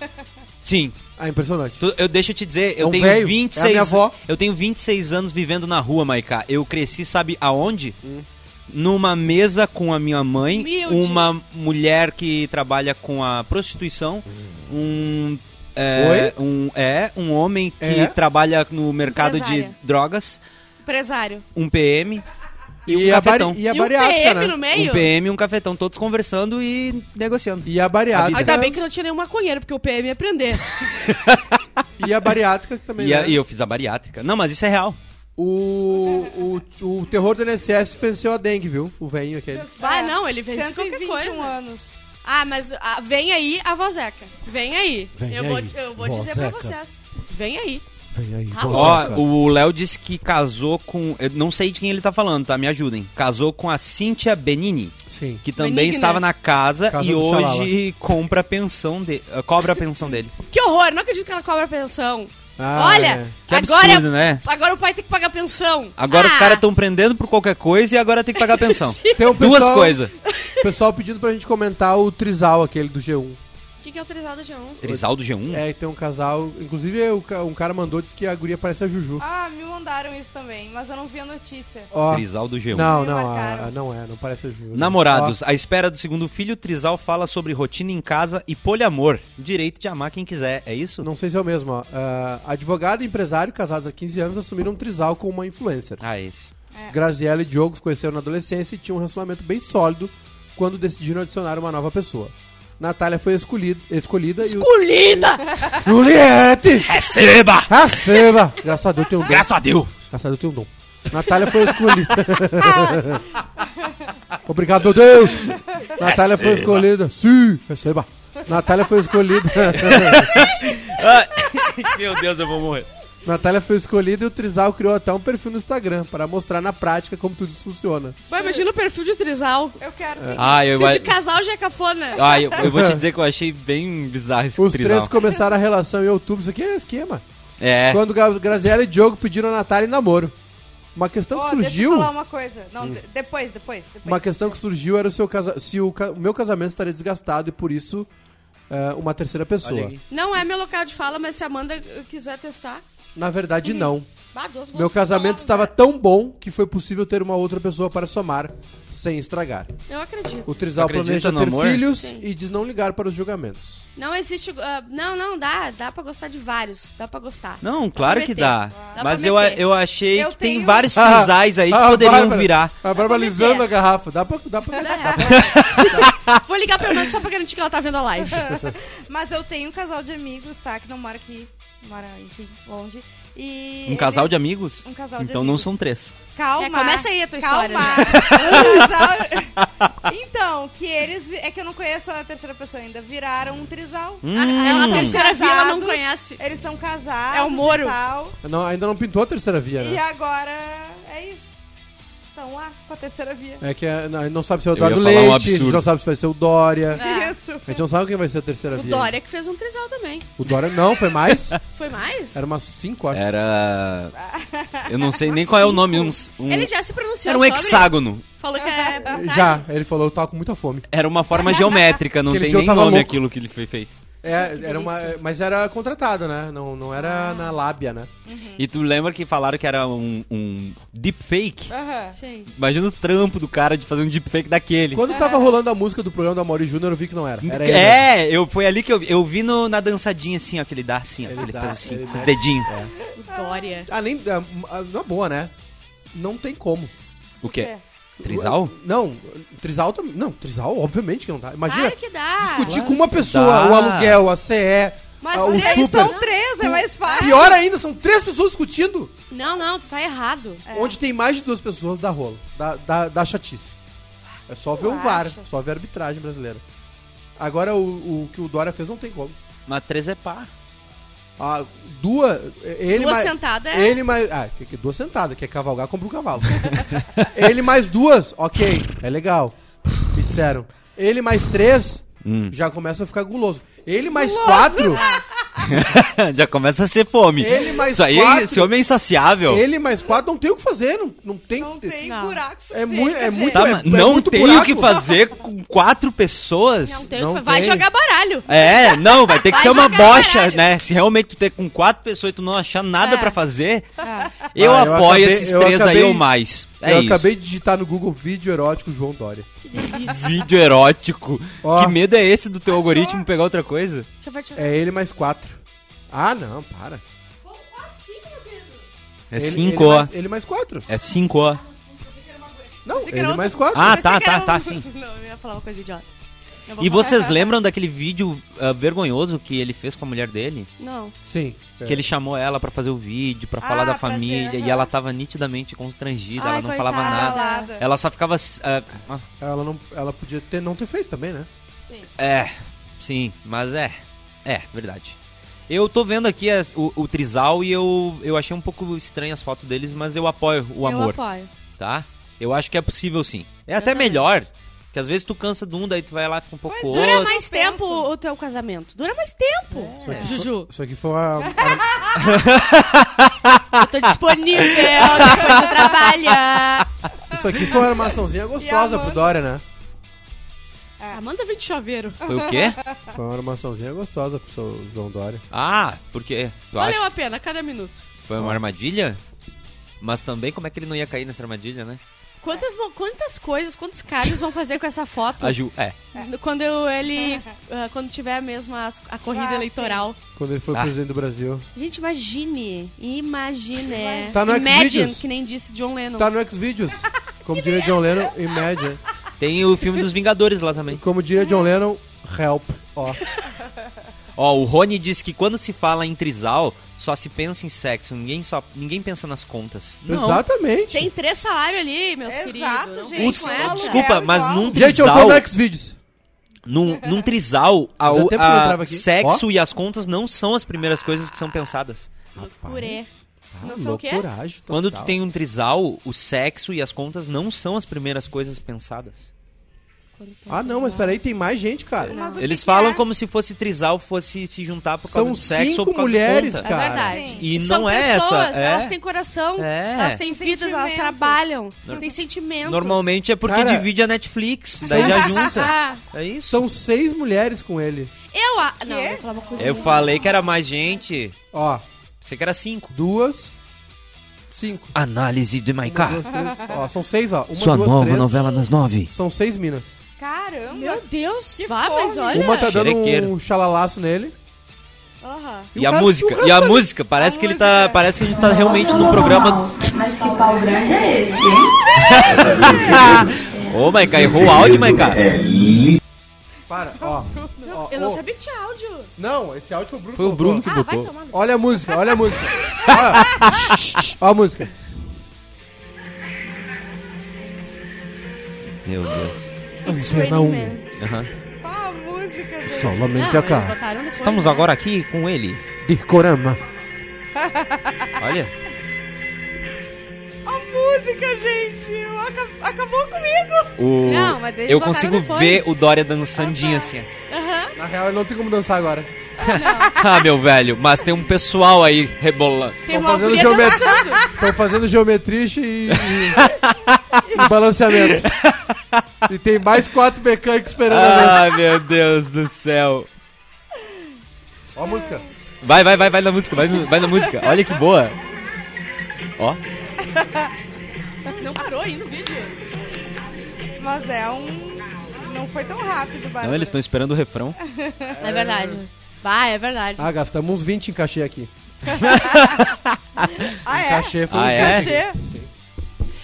Speaker 2: Sim.
Speaker 4: Ah, impressionante.
Speaker 2: Tu- eu deixa eu te dizer, eu
Speaker 4: É um
Speaker 2: tenho
Speaker 4: velho, é a
Speaker 2: 26.
Speaker 4: minha avó.
Speaker 2: Eu tenho 26 anos vivendo na rua, Maiká. Eu cresci, sabe aonde? numa mesa com a minha mãe,
Speaker 3: Hum. Humilde.
Speaker 2: uma mulher que trabalha com a prostituição,
Speaker 3: Hum.
Speaker 2: um é, um é um homem que
Speaker 4: É.
Speaker 2: trabalha no mercado de
Speaker 3: Empresária.
Speaker 2: drogas,
Speaker 3: Empresário.
Speaker 2: um PM e, um
Speaker 4: a, bari-
Speaker 2: cafetão.
Speaker 4: e a
Speaker 3: e um
Speaker 4: bariátrica,
Speaker 3: PM no
Speaker 4: né?
Speaker 3: meio?
Speaker 2: Um PM e um cafetão, todos conversando e negociando.
Speaker 4: E a
Speaker 2: A
Speaker 4: bariátrica.
Speaker 2: né?
Speaker 3: Ainda Ah, tá bem que não tinha nenhum maconheiro, porque o PM ia prender.
Speaker 4: E a bariátrica que também.
Speaker 2: E, a-
Speaker 4: né?
Speaker 2: e eu fiz a bariátrica. Não, mas isso é real.
Speaker 4: O, o, o terror do NSS venceu a dengue, viu? O velhinho aquele.
Speaker 3: Ah,
Speaker 5: É,
Speaker 3: não, ele vende qualquer
Speaker 5: 121
Speaker 3: coisa.
Speaker 5: anos.
Speaker 3: Ah, mas ah, vem aí a vozeca. Vem aí.
Speaker 4: Vem
Speaker 3: eu
Speaker 4: aí,
Speaker 3: vou, eu vou dizer pra vocês. Vem aí.
Speaker 4: Vem aí,
Speaker 3: Alô?
Speaker 2: Ah, Ó, o Léo disse que casou com. Eu não sei de quem ele tá falando, tá? Me ajudem. Casou com a Cíntia Benini,
Speaker 4: Sim.
Speaker 2: que também
Speaker 3: Benigna.
Speaker 2: estava na casa
Speaker 4: Casa
Speaker 2: e
Speaker 4: do
Speaker 2: hoje compra a pensão de... eh, cobra a pensão dele.
Speaker 3: Que horror, não acredito que ela cobra pensão.
Speaker 4: Ah,
Speaker 3: Olha,
Speaker 2: é. Que
Speaker 3: agora,
Speaker 2: absurdo, né?
Speaker 3: agora o pai tem que pagar pensão.
Speaker 2: Agora os
Speaker 3: Ah,
Speaker 2: caras estão prendendo por qualquer coisa e agora tem que pagar a pensão.
Speaker 4: Tem um
Speaker 2: Duas
Speaker 4: pessoal-
Speaker 2: coisas.
Speaker 4: O pessoal pedindo pra gente comentar o trisal aquele do G1.
Speaker 3: O que, que é autorizado já um?
Speaker 2: Trisal do G1?
Speaker 4: É, tem um casal. Inclusive, o ca- um cara mandou, disse que a guria parece a Juju.
Speaker 5: Ah, me mandaram isso também, mas eu não vi a notícia.
Speaker 4: Ó,
Speaker 2: Trisal do G1.
Speaker 4: não,
Speaker 5: Me
Speaker 4: não,
Speaker 5: marcaram.
Speaker 4: a- não é, não parece a Juju.
Speaker 2: Namorados, à espera do segundo filho, Trisal fala sobre rotina em casa e poliamor. Direito de amar quem quiser, é isso?
Speaker 4: Ó, não sei se é o mesmo, ó. Ah, advogado e empresário casados há 15 anos assumiram um trisal com uma influencer.
Speaker 2: Ah, esse.
Speaker 4: Graziella e Diogo se conheceram na adolescência e tinham um relacionamento bem sólido quando decidiram adicionar uma nova pessoa. Natália foi escolhida, escolhida e o...
Speaker 3: Escolhida!
Speaker 4: Juliette!
Speaker 2: Receba!
Speaker 4: Receba! É Graças a Deus tem um dom.
Speaker 2: Graças a Deus!
Speaker 4: Graças a Deus tem um dom. Natália foi escolhida. Obrigado, meu Deus! Natália
Speaker 2: É
Speaker 4: foi escolhida. Sim! Receba! Natália foi escolhida.
Speaker 2: Meu Deus, eu vou morrer.
Speaker 4: Natália foi escolhida e o Trizal criou até um perfil no Instagram para mostrar na prática como tudo isso funciona.
Speaker 3: Vai, imagina o perfil de trisal.
Speaker 5: Eu quero sim.
Speaker 2: Ah, eu,
Speaker 3: Se o de casal já é cafona.
Speaker 2: ah, eu, eu vou te dizer que eu achei bem bizarro esse
Speaker 4: Os
Speaker 2: trisal.
Speaker 4: três começaram a relação em outubro. Isso aqui é esquema.
Speaker 2: É.
Speaker 4: Quando Gra- Graziella e Diogo pediram a Natália em namoro. Uma questão que
Speaker 5: Ó, deixa
Speaker 4: surgiu.
Speaker 5: eu falar uma coisa.
Speaker 2: Hum.
Speaker 5: Não, de- depois, depois, depois.
Speaker 4: Uma questão que surgiu era o seu casa... se o, ca- o meu casamento estaria desgastado e por isso é, uma terceira
Speaker 2: Olha
Speaker 4: pessoa.
Speaker 2: aqui.
Speaker 3: Não é meu local de fala, mas se a Amanda eh, quiser testar.
Speaker 4: Na verdade, não.
Speaker 3: Bah, duas
Speaker 4: Meu
Speaker 3: gostosas.
Speaker 5: tá
Speaker 4: casamento estava tão bom que foi possível ter uma outra pessoa para somar sem estragar.
Speaker 3: Eu acredito.
Speaker 4: O Trizal
Speaker 2: Acredita
Speaker 4: planeja
Speaker 2: no
Speaker 4: ter
Speaker 2: amor?
Speaker 4: filhos
Speaker 3: Sim.
Speaker 4: e diz não ligar para os julgamentos.
Speaker 3: Não existe. ah, não, não, dá. Dá pra gostar de vários. Dá pra gostar.
Speaker 2: Não, claro que
Speaker 3: meter.
Speaker 2: dá.
Speaker 3: Dá
Speaker 2: Mas
Speaker 3: pra
Speaker 2: eu,
Speaker 3: meter.
Speaker 2: eu achei
Speaker 5: Eu
Speaker 2: que tem
Speaker 5: tenho-
Speaker 2: vários trisais aí que
Speaker 4: Ah, a
Speaker 2: poderiam
Speaker 4: Bárbara-
Speaker 2: virar.
Speaker 4: A Bárbara
Speaker 3: meter.
Speaker 4: lisando a garrafa. Dá pra. Dá pra... Ah.
Speaker 3: Vou ligar pra Amanda só pra garantir que ela tá vendo a live.
Speaker 5: Mas eu tenho um casal de amigos, tá? Que não mora aqui. Mora, enfim, longe. E
Speaker 2: Um casal de amigos?
Speaker 5: Um casal de
Speaker 2: Então não
Speaker 5: amigos.
Speaker 2: são três.
Speaker 5: Calma.
Speaker 3: É, começa aí a tua história, né?
Speaker 5: Calma. Um casal- então, que eles. vi- É que eu não conheço a terceira pessoa ainda. Viraram um trisal.
Speaker 3: Ela, é a
Speaker 2: Hum.
Speaker 3: terceira via, ela não
Speaker 5: Casados.
Speaker 3: conhece.
Speaker 5: Eles são casados.
Speaker 3: É o Moro.
Speaker 5: E, tal,
Speaker 4: Não, ainda não pintou a terceira via, né?
Speaker 5: e agora é isso. Estão lá com a terceira via.
Speaker 4: É que é, não, a gente não sabe se é o
Speaker 2: Eu ia
Speaker 4: Eduardo
Speaker 2: falar um
Speaker 4: Leite, a gente
Speaker 2: absurdo.
Speaker 4: não sabe se vai ser o Dória.
Speaker 3: É.
Speaker 5: Isso.
Speaker 4: A gente não sabe quem vai ser a terceira
Speaker 3: O
Speaker 4: via.
Speaker 3: Dória que fez um trisal também.
Speaker 4: O Dória não, foi mais.
Speaker 3: Foi mais?
Speaker 4: Era umas cinco, acho.
Speaker 2: Era. Eu não sei nem qual é o nome. uns- um-
Speaker 3: Ele já se pronunciou
Speaker 2: Era um
Speaker 3: sobre.
Speaker 2: hexágono.
Speaker 3: Falou que é vantagem.
Speaker 4: Já, ele falou, eu tava com muita fome.
Speaker 2: Era uma forma geométrica, não
Speaker 4: Aquele
Speaker 2: tem
Speaker 4: dia eu
Speaker 2: nem
Speaker 4: tava
Speaker 2: nome
Speaker 4: louco.
Speaker 2: aquilo que ele foi feito.
Speaker 4: É, era uma, mas era contratado, né? Não, não
Speaker 3: Ah.
Speaker 4: era na lábia, né?
Speaker 2: E tu lembra que falaram que era um, um deepfake?
Speaker 5: Aham.
Speaker 3: Gente.
Speaker 2: Imagina o trampo do cara de fazer um deepfake daquele.
Speaker 4: Quando
Speaker 3: Ah.
Speaker 4: tava rolando a música do programa da Mauri Júnior, eu vi que não era. Era ele. mesmo.
Speaker 2: é, eu foi ali que eu, eu vi no- na dançadinha assim, ó, que ele dá assim, ó,
Speaker 4: Ele
Speaker 2: que ele
Speaker 4: dá,
Speaker 2: faz assim,
Speaker 4: ele
Speaker 2: com os
Speaker 4: dá.
Speaker 2: dedinhos.
Speaker 3: O Dória.
Speaker 4: Ah, nem. ah, ah, na boa, né? Não tem como.
Speaker 2: O
Speaker 5: É.
Speaker 2: quê? Trisal?
Speaker 4: Não, Trisal também. Não, Trisal, obviamente que não dá. Imagina
Speaker 3: Claro que dá.
Speaker 4: discutir
Speaker 2: Claro
Speaker 4: com uma
Speaker 2: que
Speaker 4: pessoa
Speaker 2: dá.
Speaker 4: o aluguel, a CE.
Speaker 3: Mas
Speaker 4: ah, o
Speaker 3: eles
Speaker 5: Eles
Speaker 4: super.
Speaker 5: são três, é mais fácil.
Speaker 4: Pior ainda, são três pessoas discutindo.
Speaker 3: Não, não, tu tá errado.
Speaker 4: Onde tem mais de duas pessoas dá rolo, dá, dá, dá chatice. É só ver o VAR, só ver a arbitragem brasileira. Agora o, o que o Dória fez não tem como.
Speaker 2: Mas três é par.
Speaker 4: Ah, duas. Ele
Speaker 3: Duas
Speaker 4: mais,
Speaker 3: sentadas é.
Speaker 4: Ele mais. Ah, que, que duas sentadas, que é cavalgar, compra um cavalo. ele mais duas, ok, é legal. Me disseram. Ele mais três,
Speaker 2: Hum.
Speaker 4: já começa a ficar guloso. Ele mais quatro,
Speaker 2: Já começa a ser fome.
Speaker 4: Ele mais
Speaker 2: Isso aí,
Speaker 4: quatro.
Speaker 2: esse homem é insaciável.
Speaker 4: ele mais quatro, não tem o que fazer, não, não tem.
Speaker 5: Não tem
Speaker 3: Não.
Speaker 5: buraco suficiente.
Speaker 4: É muito. É muito
Speaker 2: Tá,
Speaker 4: é,
Speaker 2: mas
Speaker 4: é
Speaker 2: não
Speaker 4: muito
Speaker 2: tem o
Speaker 4: buraco.
Speaker 2: que fazer com quatro pessoas.
Speaker 3: Não tem o
Speaker 4: Não
Speaker 3: que fa- Vai
Speaker 4: tem.
Speaker 3: jogar baralho.
Speaker 2: É, não, vai ter que
Speaker 3: Vai
Speaker 2: ser uma
Speaker 3: jogar
Speaker 2: bocha,
Speaker 3: baralho.
Speaker 2: né? Se realmente tu ter com quatro pessoas e tu não achar nada
Speaker 3: É.
Speaker 2: pra fazer,
Speaker 3: Ah,
Speaker 2: eu
Speaker 4: Ah, eu
Speaker 2: apoio
Speaker 4: acabei-
Speaker 2: esses
Speaker 4: eu
Speaker 2: três aí
Speaker 4: acabei-
Speaker 2: ou mais. É
Speaker 4: eu
Speaker 2: isso.
Speaker 4: acabei de digitar no Google vídeo erótico João Dória.
Speaker 3: Que delícia.
Speaker 2: Vídeo erótico.
Speaker 4: Ó.
Speaker 2: Que medo é esse do teu algoritmo pegar outra coisa?
Speaker 3: Deixa eu ver, deixa eu ver.
Speaker 4: É ele mais quatro. Ah, não, para.
Speaker 2: É
Speaker 4: Ele-
Speaker 2: 5
Speaker 4: ele
Speaker 2: ó.
Speaker 4: mais- Ele mais quatro.
Speaker 2: É 5 ó.
Speaker 4: Não,
Speaker 3: Você quer
Speaker 4: ele
Speaker 3: outro?
Speaker 4: mais quatro.
Speaker 2: Ah,
Speaker 3: Eu pensei
Speaker 2: tá,
Speaker 3: que era
Speaker 2: tá, tá,
Speaker 3: um-
Speaker 2: sim.
Speaker 3: Não, eu ia falar uma coisa idiota. Eu vou
Speaker 2: E
Speaker 3: falar-
Speaker 2: vocês lembram daquele vídeo ah, vergonhoso que ele fez com a mulher dele?
Speaker 3: Não.
Speaker 4: Sim. é.
Speaker 2: Que ele chamou ela pra fazer o vídeo, pra falar
Speaker 5: Ah,
Speaker 2: da
Speaker 5: pra ter,
Speaker 2: família, e
Speaker 5: aham.
Speaker 2: ela tava nitidamente constrangida,
Speaker 3: Ai,
Speaker 2: ela não falava
Speaker 3: coitada.
Speaker 2: nada.
Speaker 5: Abalada.
Speaker 2: Ela só ficava. s- ah, ah,
Speaker 4: É, Ela, não, ela podia ter, não ter feito também, né?
Speaker 5: Sim.
Speaker 2: é, sim, mas é. É, verdade. Eu tô vendo aqui as- o, o Trizal e eu, eu achei um pouco estranho as fotos deles, mas eu apoio o
Speaker 3: Eu
Speaker 2: amor,
Speaker 3: apoio.
Speaker 2: tá? Eu acho que é possível sim. É até
Speaker 3: também.
Speaker 2: melhor, que às vezes tu cansa de um, daí tu vai lá e fica um pouco com o
Speaker 5: Pois é,
Speaker 2: outro.
Speaker 3: Dura mais
Speaker 5: Eu
Speaker 3: tempo
Speaker 5: penso.
Speaker 3: o teu casamento. Dura mais tempo.
Speaker 2: É.
Speaker 3: É. Juju,
Speaker 4: Isso aqui foi uma.
Speaker 3: eu tô disponível depois do trabalho.
Speaker 4: Isso aqui foi uma armaçãozinha gostosa
Speaker 5: E a
Speaker 4: pro
Speaker 5: Amanda?
Speaker 4: Dória, né?
Speaker 3: Amanda vem de chaveiro.
Speaker 2: Foi o quê?
Speaker 4: Foi uma armaçãozinha gostosa pro seu João Dória.
Speaker 2: Ah, porque eu acho
Speaker 3: Valeu a pena, cada minuto.
Speaker 2: que foi uma armadilha? Mas também como é que ele não ia cair nessa armadilha, né?
Speaker 3: Quantas, mo- quantas coisas, quantos caras vão fazer com essa foto
Speaker 2: A Ju, é.
Speaker 3: quando eu- ele. ah, quando tiver mesmo as- a corrida
Speaker 5: Ah, sim.
Speaker 3: eleitoral?
Speaker 4: Quando ele foi
Speaker 2: Ah.
Speaker 4: presidente do Brasil.
Speaker 3: Gente, imagine. Imagine.
Speaker 4: Tá no
Speaker 3: Imagine,
Speaker 4: Xvideos?
Speaker 3: que nem disse John Lennon.
Speaker 4: Tá no Xvideos. Como diria John Lennon, em média.
Speaker 2: Tem o filme dos Vingadores lá também.
Speaker 4: Como diria John Lennon, help. Ó.
Speaker 2: Ó, o Rony disse que quando se fala em trisal, só se pensa em sexo, ninguém, só, ninguém pensa nas contas. Não.
Speaker 4: Exatamente.
Speaker 3: Tem três salários ali, meus
Speaker 5: Exato,
Speaker 3: queridos. não
Speaker 5: gente.
Speaker 3: vem
Speaker 2: Os-
Speaker 3: com
Speaker 5: Gente,
Speaker 3: essa.
Speaker 2: desculpa,
Speaker 5: Aluguel é
Speaker 2: mas
Speaker 5: igual.
Speaker 2: num
Speaker 4: Gente, eu tô
Speaker 2: trisal,
Speaker 4: no Xvideos.
Speaker 2: num, num trisal, a,
Speaker 4: Fazia tempo que eu não
Speaker 2: a-
Speaker 4: entrava aqui.
Speaker 2: sexo e as contas não são as primeiras coisas que são pensadas.
Speaker 3: É, Loucurê. Não sei o quê.
Speaker 4: Loucuragem total.
Speaker 2: Quando tu tem um trisal, o sexo e as contas não são as primeiras coisas pensadas.
Speaker 3: Quando tu-
Speaker 4: Ah, não, mas peraí, tem mais gente, cara.
Speaker 5: Mas o que
Speaker 2: Eles
Speaker 5: que
Speaker 2: falam
Speaker 5: é?
Speaker 2: como se fosse trisal fosse se juntar por causa
Speaker 4: São
Speaker 2: do sexo ou
Speaker 4: cinco
Speaker 2: por causa
Speaker 4: mulheres,
Speaker 2: de conta.
Speaker 3: É
Speaker 4: cara.
Speaker 3: verdade.
Speaker 5: Sim.
Speaker 2: E
Speaker 3: São
Speaker 2: não é
Speaker 3: pessoas,
Speaker 2: essa. é.
Speaker 3: elas têm coração,
Speaker 2: É.
Speaker 3: elas têm
Speaker 5: Tem
Speaker 3: vidas, elas
Speaker 5: sentimentos.
Speaker 3: trabalham, têm sentimentos.
Speaker 2: Normalmente é porque
Speaker 4: Cara,
Speaker 2: divide a Netflix, daí já junta.
Speaker 3: Ah,
Speaker 2: É isso.
Speaker 4: São seis mulheres com ele.
Speaker 3: eu a...
Speaker 5: Quê?
Speaker 3: Não, eu vou falar uma coisa.
Speaker 2: Eu
Speaker 3: muito-
Speaker 2: falei que era mais gente.
Speaker 4: Ó,
Speaker 2: Você que era cinco.
Speaker 4: duas, cinco.
Speaker 2: Análise de
Speaker 4: Uma, duas, três. Ó, são seis, ó. Uma,
Speaker 2: Sua
Speaker 4: duas,
Speaker 2: nova
Speaker 4: três.
Speaker 2: novela das nove.
Speaker 4: São seis minas.
Speaker 5: Caramba.
Speaker 3: Meu Deus,
Speaker 5: Que
Speaker 3: vá, mas
Speaker 5: fome.
Speaker 3: olha.
Speaker 4: Uma tá dando
Speaker 2: Xerequeiro.
Speaker 4: um xalalaço nele.
Speaker 3: Aham.
Speaker 2: E,
Speaker 4: E o
Speaker 2: a
Speaker 4: resto-
Speaker 2: música,
Speaker 4: o resto
Speaker 2: e a
Speaker 4: ali.
Speaker 2: música, parece
Speaker 5: A
Speaker 2: que ele tá,
Speaker 5: música.
Speaker 2: parece que a gente tá realmente num programa.
Speaker 6: Mas que pau grande é esse, hein?
Speaker 2: Ô, Maica, errou o áudio, Maica.
Speaker 4: Para, ó. ó,
Speaker 3: Eu não
Speaker 4: ó.
Speaker 3: sabia que tinha áudio.
Speaker 4: Não, esse áudio foi o Bruno.
Speaker 2: Foi o
Speaker 4: que
Speaker 2: Bruno
Speaker 4: colocou.
Speaker 2: que
Speaker 3: Ah, vai
Speaker 2: botou.
Speaker 3: tomar. no-
Speaker 4: Olha a música, olha a música. ó, Ó a música.
Speaker 2: Meu Deus.
Speaker 3: It's Raining
Speaker 4: Antena um.
Speaker 3: Man.
Speaker 2: Aham.
Speaker 5: Qual a música, velho?
Speaker 3: Não,
Speaker 4: Solamente
Speaker 3: eles Ah, botaram depois,
Speaker 2: Estamos
Speaker 3: né?
Speaker 2: agora aqui com ele.
Speaker 4: De Corama.
Speaker 2: Olha.
Speaker 5: A música, gente. eu aca- Acabou comigo.
Speaker 2: O...
Speaker 3: Não, mas eles
Speaker 2: Eu
Speaker 3: botaram
Speaker 2: consigo
Speaker 3: depois.
Speaker 2: ver o Dória dançandinho assim. ó.
Speaker 3: Aham.
Speaker 4: Na real, ele não tem como dançar agora.
Speaker 2: Ah, meu velho, mas tem um pessoal aí rebolando.
Speaker 3: Tem
Speaker 4: Tão
Speaker 3: uma
Speaker 4: fazendo
Speaker 3: guria
Speaker 4: geometria.
Speaker 3: dançando.
Speaker 4: Estão fazendo geometria e, e, e balanceamento. E tem mais quatro mecânicos esperando a dança.
Speaker 2: Ah, meu Deus do céu.
Speaker 4: Ó a música.
Speaker 2: Vai, vai, vai, vai na música, vai, no- vai na música. Olha que boa. Ó.
Speaker 3: Não parou aí no vídeo.
Speaker 5: Mas é um... Não foi tão rápido, Bárbara.
Speaker 2: Não, eles estão esperando o refrão.
Speaker 3: É verdade. Vai, é verdade.
Speaker 4: Ah, gastamos uns 20 em cachê aqui.
Speaker 5: Ah, é?
Speaker 4: Cachê foi
Speaker 2: Ah,
Speaker 4: uns
Speaker 2: é?
Speaker 4: 20.
Speaker 5: Cachê?
Speaker 4: Sim.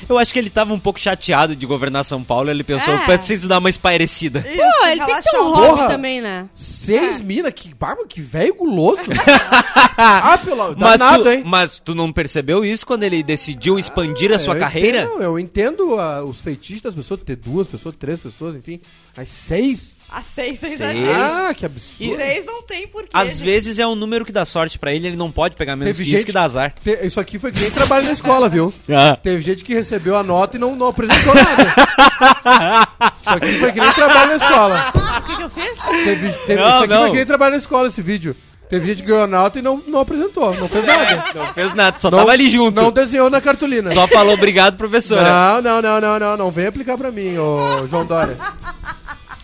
Speaker 2: Eu acho que ele tava um pouco chateado de governar São Paulo. Ele pensou,
Speaker 3: É.
Speaker 2: preciso dar uma espairecida.
Speaker 5: Isso,
Speaker 3: Pô, ele tem que ter um
Speaker 5: relaxou.
Speaker 3: hobby
Speaker 4: Porra.
Speaker 3: também, né?
Speaker 4: Seis mina, que barba, que velho guloso. ah, pelo
Speaker 2: Mas
Speaker 4: danado,
Speaker 2: tu,
Speaker 4: hein? É,
Speaker 2: mas tu não percebeu isso quando ele decidiu expandir a sua
Speaker 4: eu
Speaker 2: carreira?
Speaker 4: Entendo, eu entendo ah, os feitiços das pessoas, ter duas pessoas, três pessoas, enfim. Mas seis?
Speaker 5: A seis, seis,
Speaker 2: Seis.
Speaker 5: seis.
Speaker 4: Ah, que absurdo.
Speaker 2: é
Speaker 5: Seis não tem porquê,
Speaker 2: Às
Speaker 5: gente.
Speaker 2: vezes é um número que dá sorte pra ele, ele não pode pegar menos
Speaker 4: Teve
Speaker 2: que isso
Speaker 4: gente-
Speaker 2: que dá azar.
Speaker 4: Te- Isso aqui foi que nem trabalho na escola, viu?
Speaker 2: Ah.
Speaker 4: Teve gente que recebeu a nota e não, não apresentou nada. Isso aqui foi que nem trabalho na escola.
Speaker 3: O que, que eu fiz?
Speaker 4: Teve, teve,
Speaker 2: Não,
Speaker 4: isso aqui
Speaker 2: não.
Speaker 4: foi que nem trabalho na escola, esse vídeo. Teve gente que ganhou a nota e não, não apresentou, não fez nada.
Speaker 2: Não fez nada, só
Speaker 4: Não-
Speaker 2: tava ali junto.
Speaker 4: Não desenhou na cartolina.
Speaker 2: Só né? falou obrigado, professora.
Speaker 4: Não, não, não, não, não, não. Vem aplicar pra mim, ô João Dória.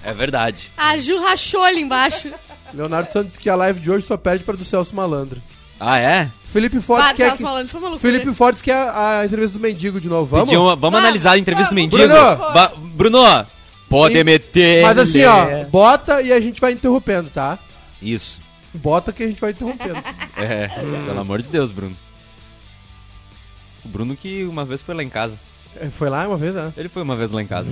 Speaker 2: É verdade.
Speaker 3: A Ju rachou ali embaixo.
Speaker 4: Leonardo Santos disse que a live de hoje só perde pra do Celso Malandro.
Speaker 2: Ah, é?
Speaker 4: Felipe
Speaker 3: Ah,
Speaker 4: Fortes quer
Speaker 3: estava
Speaker 4: que...
Speaker 3: falando, foi uma loucura.
Speaker 4: Felipe Fortes quer a, a entrevista do mendigo de novo, vamos?
Speaker 2: Pediu uma- vamos
Speaker 5: Vamos,
Speaker 2: analisar a entrevista
Speaker 5: vamos,
Speaker 2: do mendigo.
Speaker 5: Bruno.
Speaker 2: Ba- Bruno, pode
Speaker 4: Sim.
Speaker 2: meter. É.
Speaker 4: Mas assim, ó, bota e a gente vai interrompendo, tá?
Speaker 2: Isso.
Speaker 4: Bota que a gente vai interrompendo.
Speaker 2: É, pelo amor de Deus, Bruno. O Bruno que uma vez foi lá em casa.
Speaker 4: É, Foi lá uma vez, né?
Speaker 2: Ele foi uma vez lá em casa.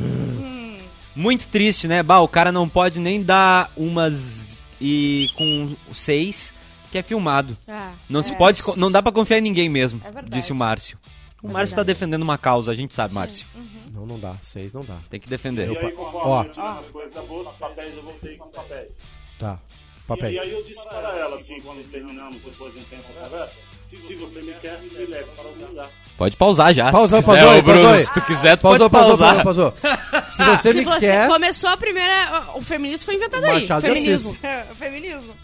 Speaker 2: Muito triste, né? Bah, o cara não pode nem dar umas e com seis que é filmado.
Speaker 3: Ah,
Speaker 2: Não se pode, co- não dá pra confiar em ninguém mesmo,
Speaker 5: É verdade. É
Speaker 2: disse o Márcio. O Márcio tá defendendo uma causa, a gente sabe, Márcio.
Speaker 4: Não, não dá. Seis não dá.
Speaker 2: Tem que defender.
Speaker 7: E aí, conforme
Speaker 4: Ó.
Speaker 7: eu tirando as coisas da bolsa, os papéis, eu voltei com os papéis.
Speaker 4: Tá.
Speaker 7: E aí
Speaker 4: Papéis.
Speaker 7: eu disse para ela, assim, quando terminamos, depois de um tempo de conversa, se, se você me quer, me leve para algum lugar.
Speaker 2: Pode pausar já.
Speaker 4: Pausou,
Speaker 2: se quiser,
Speaker 4: pausou,
Speaker 2: ô, Bruno,
Speaker 4: pausou.
Speaker 2: se tu quiser, tu
Speaker 4: Pausou,
Speaker 2: pode pausar.
Speaker 4: pausou, pausou, pausou. Ah. Se você
Speaker 3: se
Speaker 4: me
Speaker 3: você
Speaker 4: quer...
Speaker 3: começou a primeira. O feminismo foi inventado aí.
Speaker 4: Machado de
Speaker 3: Feminismo.
Speaker 5: Feminismo.